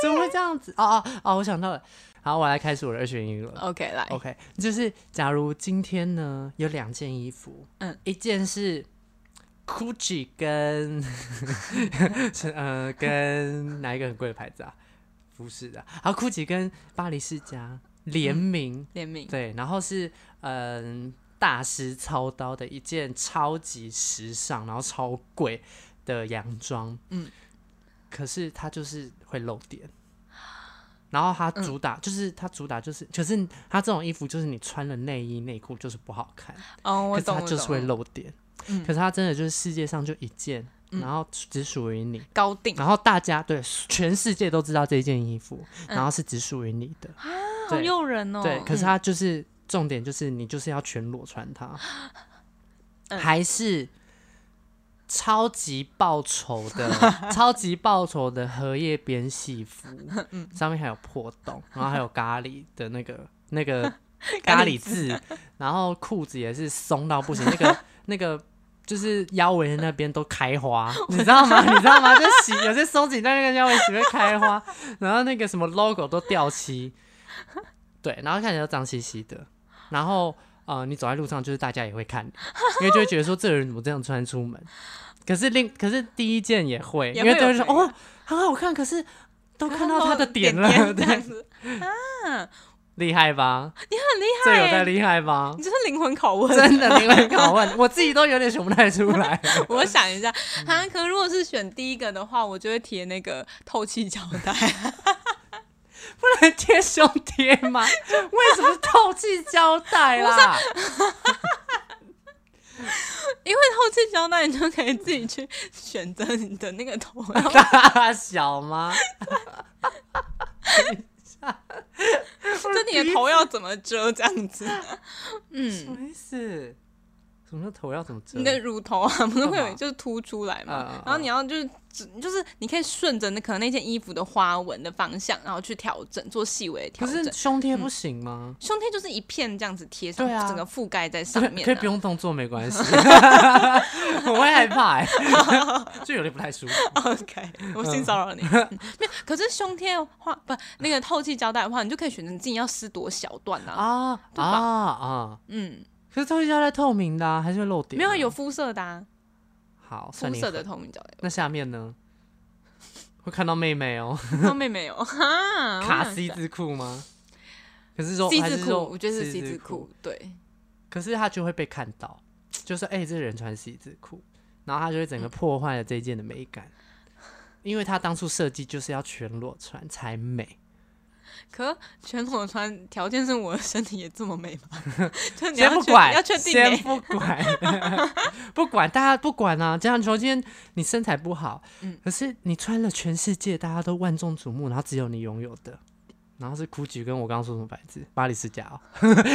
B: 怎么会这样子？哦哦哦，我想到了，好，我来开始我的二选一了。
A: OK，来，
B: OK，就是假如今天呢有两件衣服，
A: 嗯，
B: 一件是 Gucci 跟 是呃跟哪一个很贵的牌子啊？服饰的啊，好，Gucci 跟巴黎世家联名，
A: 联名
B: 对，然后是嗯、大师操刀的一件超级时尚，然后超贵的洋装，
A: 嗯，
B: 可是它就是会露点。然后
A: 嗯
B: 它主打、就是它主打就是，可是它这种衣服就是你穿了内衣内裤就是不好看，
A: 哦，
B: 可
A: 我
B: 是它
A: 懂，
B: 就是会
A: 我懂
B: 露点。
A: 嗯
B: 可是它真的就是世界上就一件，然后只属于你，
A: 高定
B: 然后大家对全世界都知道这件衣服，
A: 嗯
B: 然后是只属于你的。
A: 啊，好
B: 对
A: 诱人哦。
B: 对，可是
A: 嗯
B: 它就是、重点，就是你就是要全裸穿它，
A: 嗯
B: 还是超级报酬的、超级报酬的荷叶边戏 服，
A: 嗯
B: 上面还有破洞，然后还有咖喱的那个那 个
A: 咖
B: 咖喱
A: 喱
B: 字，然后裤子也是松到不行，那个那个。就是腰围那边都开花，你知道吗？你知道吗？就洗有些松紧带那个腰围洗会开花，然后那个什么 logo 都掉漆，对，然后看起来都脏兮兮的，然后呃，你走在路上就是大家也会看你，因为就会觉得说这个人怎么这样穿出门。可是另可是第一件也会，
A: 也
B: 因为
A: 会
B: 就会
A: 有
B: 说
A: 别人
B: 哦很好看，可是都看到
A: 然后
B: 他的点了，
A: 这样
B: 对，
A: 子，啊
B: 厉害吧？
A: 你很厉
B: 这
A: 害
B: 有
A: 耶，
B: 在厉害 吧？
A: 你这是灵魂拷问。
B: 真的灵魂拷问，我自己都有点想不太出来。
A: 我想一下，
B: 嗯
A: 哈，可如果是选第一个的话，我就会贴那个透气胶 带，
B: 不能贴胸贴吗？ 为什么是透气胶带啦？
A: 因为透气胶带你就可以自己去选择你的那个 头，然后
B: 大小吗？
A: 就你的头要怎么遮这样子，
B: 什么意思？什么叫头要怎么遮？
A: 你的乳头啊，不是会
B: 干
A: 有
B: 嘛
A: 就是凸出来嘛，
B: 嗯嗯嗯
A: 然后你要就是只就是你可以顺着那可能那件衣服的花纹的方向，然后去调整，做细微的
B: 可
A: 调整
B: 是。胸贴不行吗？
A: 胸贴就是一片这样子贴上，
B: 对啊
A: 整个覆盖在上面、啊，
B: 可以不用动作没关系， 我会害怕、欸， 就有点不太舒服。
A: OK，我性骚扰你。嗯 没有，可是胸贴的话，不，那个透气胶带的话，你就可以选择你自己要撕多小段啊。
B: 啊啊
A: 吧
B: 啊！
A: 嗯，
B: 可是透气胶带透明的、啊，还是会漏点、
A: 没有有肤色的、啊，
B: 好，算
A: 肤
B: 你
A: 色的
B: 狠
A: 透明胶带。
B: 那下面呢？会看到妹妹哦、
A: 后面没有，哈
B: 卡 C 字裤吗？可是说
A: C
B: 还是
A: 字哦裤，
B: 说
A: 我觉得是
B: C
A: C 字裤，对，
B: 可是他就会被看到，就是哎、欸这人穿西字裤，然后他就会整个破坏了这一件的美感，因为他当初设计就是要全裸穿才美，
A: 可全裸穿条件是我的身体也这么美吗？ 就 你
B: 先
A: 要
B: 不
A: 确
B: 管，
A: 你要确定
B: 先
A: 欸
B: 不管， 不管大家不管啊，这样说今天你身材不好，
A: 嗯
B: 可是你穿了全世界大家都万众瞩目，然后只有你拥有的，然后是 GUCCI 跟我刚刚说什么牌子，巴黎世家哦，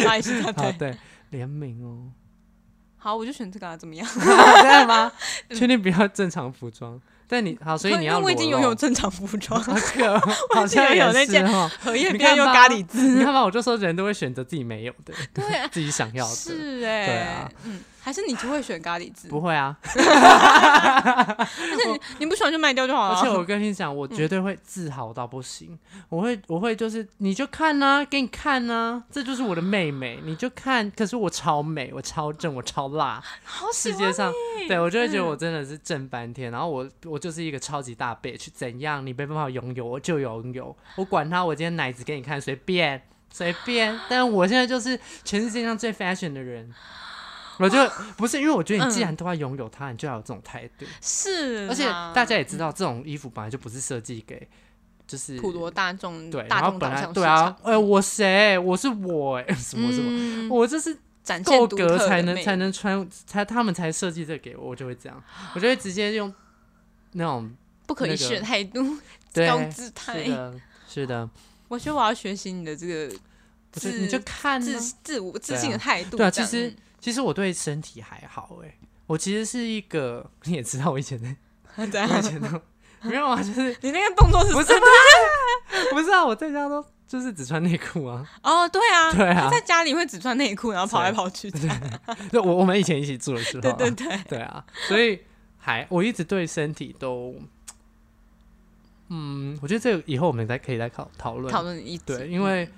A: 巴黎世家
B: 啊
A: 对。
B: 对，联名 哦，
A: 好，我就选这个啊，怎么样？
B: 真的吗？确定不要正常服装，但你好，所以
A: 嗯可
B: 你
A: 因
B: 要
A: 为我已经
B: 裸
A: 拥
B: 露，
A: 有正常服装
B: 可
A: 已
B: 好
A: 经
B: 像
A: 有
B: 也
A: 那
B: 是
A: 件
B: 哦。
A: 荷叶
B: 你
A: 边
B: 看
A: 又
B: 吧
A: 咖喱字，
B: 你看吧，我就说人都会选择自己没有的，
A: 对 啊，
B: 自己想要的。
A: 是哎、
B: 对啊
A: 嗯，还是你就会选咖喱字，
B: 不会啊，
A: 而且你你不喜欢就卖掉就好了。
B: 而且我跟你
A: 嗯
B: 讲，我绝对会自豪到不行。我会，我会就是，你就看呐、给你看呐、这就是我的妹妹，你就看。可是我超美，我超正，我超辣，
A: 好喜
B: 世
A: 欢
B: 界上，
A: 你嗯
B: 对我就会觉得我真的是正翻天。然后我，我就是一个超级大 bitch，怎样你没办法拥有，我就拥有，我管他，我今天奶子给你看，随便随便。但我现在就是全世界上最 fashion 的人。我就不是因为我觉得你
A: 嗯
B: 既然都要拥有它，你就要有这种态度。
A: 是啦，
B: 而且大家也知道，这种衣服本来就不是设计给就是
A: 普罗大众
B: 对，
A: 大
B: 然后
A: 众
B: 本
A: 导
B: 来
A: 向
B: 对
A: 市
B: 啊
A: 场，
B: 哎、我谁？我是我哎、什么什么，
A: 嗯
B: 我这是
A: 展现
B: 够
A: 独特
B: 格
A: 的
B: 才能
A: 魅
B: 才
A: 力
B: 能穿，才他们才设计这给我，我就会这样，我就会直接用那种
A: 不可一
B: 那
A: 世的
B: 个
A: 态度，
B: 对，
A: 高姿
B: 是
A: 态。
B: 的，是 的，
A: 我觉得我要学习你的这个
B: 我就
A: 自
B: 你就看、
A: 自
B: 啊，
A: 自我自
B: 对啊
A: 信的态度这
B: 对啊
A: 样。嗯
B: 其实其实我对身体还好哎、我其实是一个，你也知道我以前的，
A: 嗯对啊
B: 我以前的没有啊，就是
A: 你那个动作是
B: 不是
A: 什么
B: 不是啊，我在家都就是只穿内裤啊，
A: 哦，对啊，
B: 对啊
A: 他在家里会只穿内裤，然后跑来跑去这样。
B: 对，我我们以前一起住的时候、啊，
A: 对对对，
B: 对啊，所以还我一直对身体都，嗯，我觉得这个以后我们再可以再考讨论。
A: 讨论嗯一集
B: 对，因为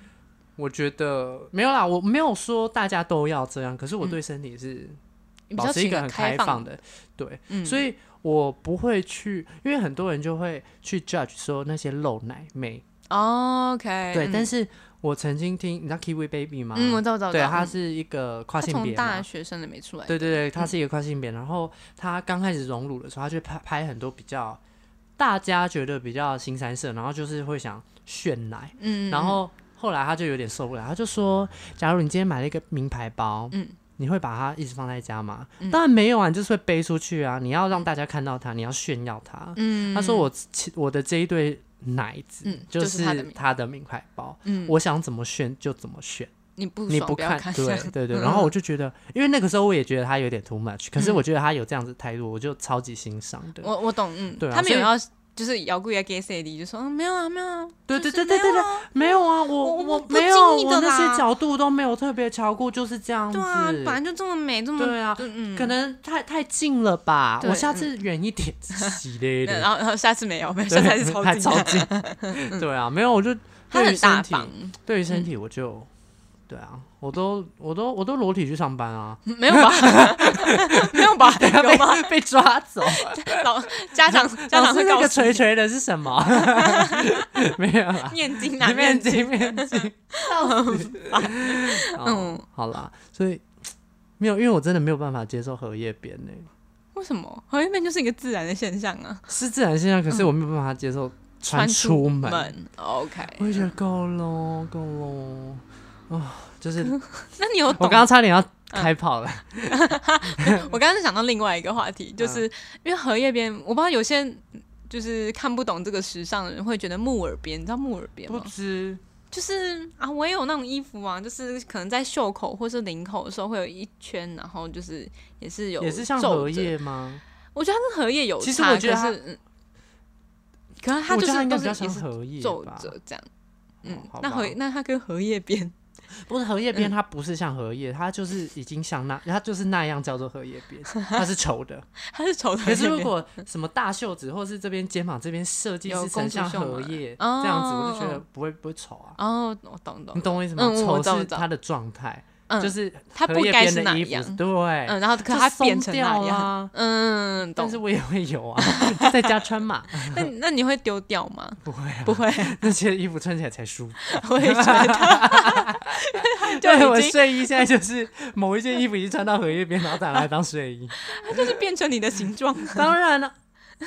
B: 我觉得没有啦，我没有说大家都要这样，可是我对身体是
A: 嗯比
B: 保
A: 较
B: 持一
A: 是
B: 个很
A: 开
B: 开
A: 放
B: 放，的，对，
A: 嗯，
B: 所
A: 以
B: 以我不会去，因为很多人就会去 judge 说那些露奶妹，
A: OK，
B: 对，
A: 嗯
B: 但是我曾经听，你知道 Kiwi Baby 吗？
A: 嗯，我知道，我知道，
B: 对，他
A: 嗯
B: 是一个跨
A: 他
B: 性
A: 从
B: 别
A: 大
B: 嘛，
A: 学生的没出来，
B: 对对对，他是一个跨性别，然后他刚开始荣辱的时候，他就拍拍很多比较大家觉得比较新三色，然后就是会想炫奶，
A: 嗯，嗯，
B: 然
A: 嗯
B: 后后来他就有点受不了，他就说：“假如你今天买了一个名牌包，
A: 嗯
B: 你会把它一直放在家吗？
A: 嗯
B: 当然没有啊，你就是会背出去啊，你要让大家看到它，你要炫耀它。
A: 嗯，
B: 他说我其：“我的这一对奶子、
A: 嗯
B: 就
A: 就是他的名
B: 他的名牌包，
A: 嗯，
B: 我想怎么炫就怎么炫，
A: 你不
B: 你
A: 爽
B: 不
A: 要
B: 看，
A: 看，嗯
B: 对对对。”然后我就觉得，因为那个时候我也觉得他有点 too much，可是我觉得他有这样子态度，我就超级欣赏的。
A: 我我懂，嗯，
B: 对啊
A: 他没
B: 所以
A: 有要就是摇柜啊给谁的，就说嗯没有啊没有啊，
B: 对
A: 就
B: 对
A: 是
B: 对对对
A: 没有
B: 对
A: 啊，
B: 没有啊，我
A: 我我不
B: 没有，
A: 经意的
B: 我那
A: 啦
B: 些角度都没有特别瞧过，就是这样子。
A: 对啊，本来就这么美这么
B: 对啊
A: 就嗯，
B: 可能太太近了吧，
A: 对嗯
B: 我下次远一点， 系列
A: 对
B: 的，
A: 然后然后下次没有没有，
B: 对
A: 下次还是超
B: 太
A: 级
B: 超近。对啊，没有，我就
A: 他
B: 对于
A: 很大
B: 身体，
A: 方，嗯
B: 对于身体我就。对啊，我都我都我都裸体去上班啊，
A: 嗯没有吧 没有吧有吗？
B: 被被抓走。
A: 老家长家
B: 啊老
A: 长
B: 师
A: 会
B: 那
A: 告
B: 个
A: 诉
B: 垂
A: 你
B: 垂的是什 么？没有啦，
A: 念经啊哪
B: 面
A: 念
B: 积面 积，嗯
A: 嗯，
B: 好啦，所以没有，因为我真的没有办法接受荷叶边呢，
A: 为什么荷叶边就是一个自然的现象啊？
B: 是自然现象，可是我没有办法接受穿
A: 出
B: 出门，
A: ，OK。
B: 我就觉得够喽，够喽啊，就是
A: 那你有懂
B: 我刚刚差点要开跑了，
A: 我刚刚是想到另外一个话
B: 嗯
A: 题，就是、因为荷叶边，我不知道有些人就是看不懂这个时尚的人会觉得木耳边，你知道木耳边
B: 不
A: 吗？
B: 知
A: 就是啊，我也有那种衣服啊，就是可能在袖口或是领口的时候会有一圈，然后就是也是有
B: 也是像
A: 皱
B: 荷
A: 褶，
B: 叶吗？
A: 我觉得它跟荷叶有差，
B: 其实我觉得它
A: 可是嗯，可是它
B: 我
A: 就
B: 觉得它
A: 是
B: 应
A: 都
B: 该比
A: 是
B: 较
A: 也
B: 像
A: 是
B: 荷叶
A: 皱
B: 吧，哦
A: 褶这样。嗯
B: 好，
A: 那
B: 吧
A: 荷那它跟荷叶嗯边，
B: 不是荷叶边，它不是像荷叶，它就是已经像那，它就是那样叫做荷叶边，它是稠的。
A: 它是丑的 荷
B: 可
A: 叶
B: 是
A: 边。
B: 如果什么大袖子，或是这边肩膀这边设计
A: 有
B: 是成像荷叶
A: 公主袖嘛
B: 这样子，我就觉
A: 哦
B: 得不会不会丑啊。
A: 哦，我懂懂
B: 你，懂我意思吗？
A: 嗯我
B: 丑
A: 知道
B: 是
A: 我知道
B: 它的状态，
A: 嗯，
B: 就是
A: 它
B: 荷
A: 不
B: 叶
A: 该
B: 边
A: 是
B: 的
A: 那
B: 衣服
A: 样
B: 是，对，
A: 嗯，然后可
B: 就是
A: 它
B: 松
A: 变成
B: 掉啊
A: 那样，
B: 啦。
A: 嗯，
B: 但
A: 懂
B: 是。我也会有 啊，就在家穿嘛，
A: 那你那你会丢掉吗？
B: 不会啊，
A: 不会，
B: 那些衣服穿起来才舒服。
A: 我也觉得
B: 对，我
A: 已经
B: 睡衣现在就是某一件衣服已经穿到荷叶边，然后拿来当睡衣。
A: 它就是变成你的形状，
B: 当然了，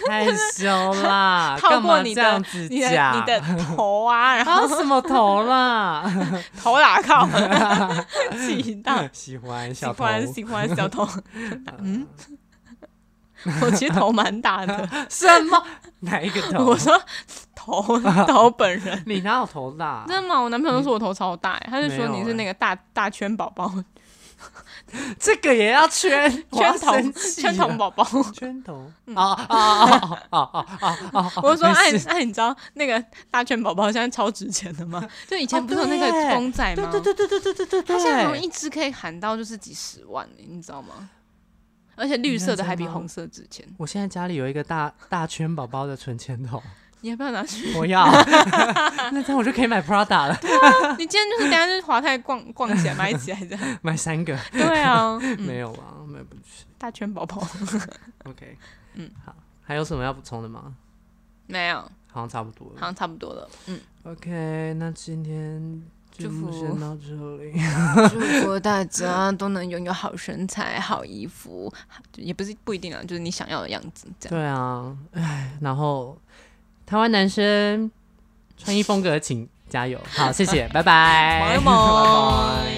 B: 害羞 啦，
A: 套
B: 干
A: 过
B: 嘛
A: 你
B: 这
A: 的
B: 样子
A: 你的
B: 讲？
A: 你 的头啊，然
B: 啊
A: 后
B: 什么头啦？
A: 头哪靠， 气到
B: 喜欢
A: 喜
B: 小头，
A: 欢喜欢 小头，嗯，我其实头蛮大的，
B: 什么？哪一个头
A: 我？说头头本 人。
B: 你哪有头大
A: 真？的吗？我男朋友说我头超大欸，他就
B: 没
A: 说
B: 有
A: 你是
B: 欸
A: 那个大大圈宝宝，
B: 这个也要圈
A: 圈头圈
B: 圈
A: 头嗯宝宝。
B: 圈头啊啊啊啊啊啊啊！
A: 我就说，哎
B: 没事
A: 哎，你知道那个大圈宝宝现在超值钱的吗？就以前
B: 哦
A: 不是有那个
B: 对耶
A: 公仔
B: 对
A: 吗？
B: 对对对对对对对
A: 它现在好像
B: 对，
A: 一只可以喊到就是几十万、欸，你知道吗？而且绿色的还比红色值钱，
B: 我现在家里有一个大大圈宝宝的存钱筒，
A: 你要不要拿去？
B: 我要，那这样我就可以买 Prada 了，
A: 你今天就是等下就是华泰逛逛起来买起来这样。
B: 买三个
A: 对啊，
B: 没有啊，买不起。
A: 大圈宝宝
B: OK，
A: 嗯，
B: 好，还有什么要补充的吗？
A: 没有，
B: 好像差不多
A: 好
B: 了。
A: 像差不多了。嗯，
B: OK，那今天节目
A: 祝福
B: 先到这里。
A: 祝福大家都能拥有好身材、好衣服，也不是不一定啊，就是你想要的样子这样。
B: 对啊，唉，然后台湾男 生穿衣风格请加油，好，谢谢，拜拜，
A: 拜拜。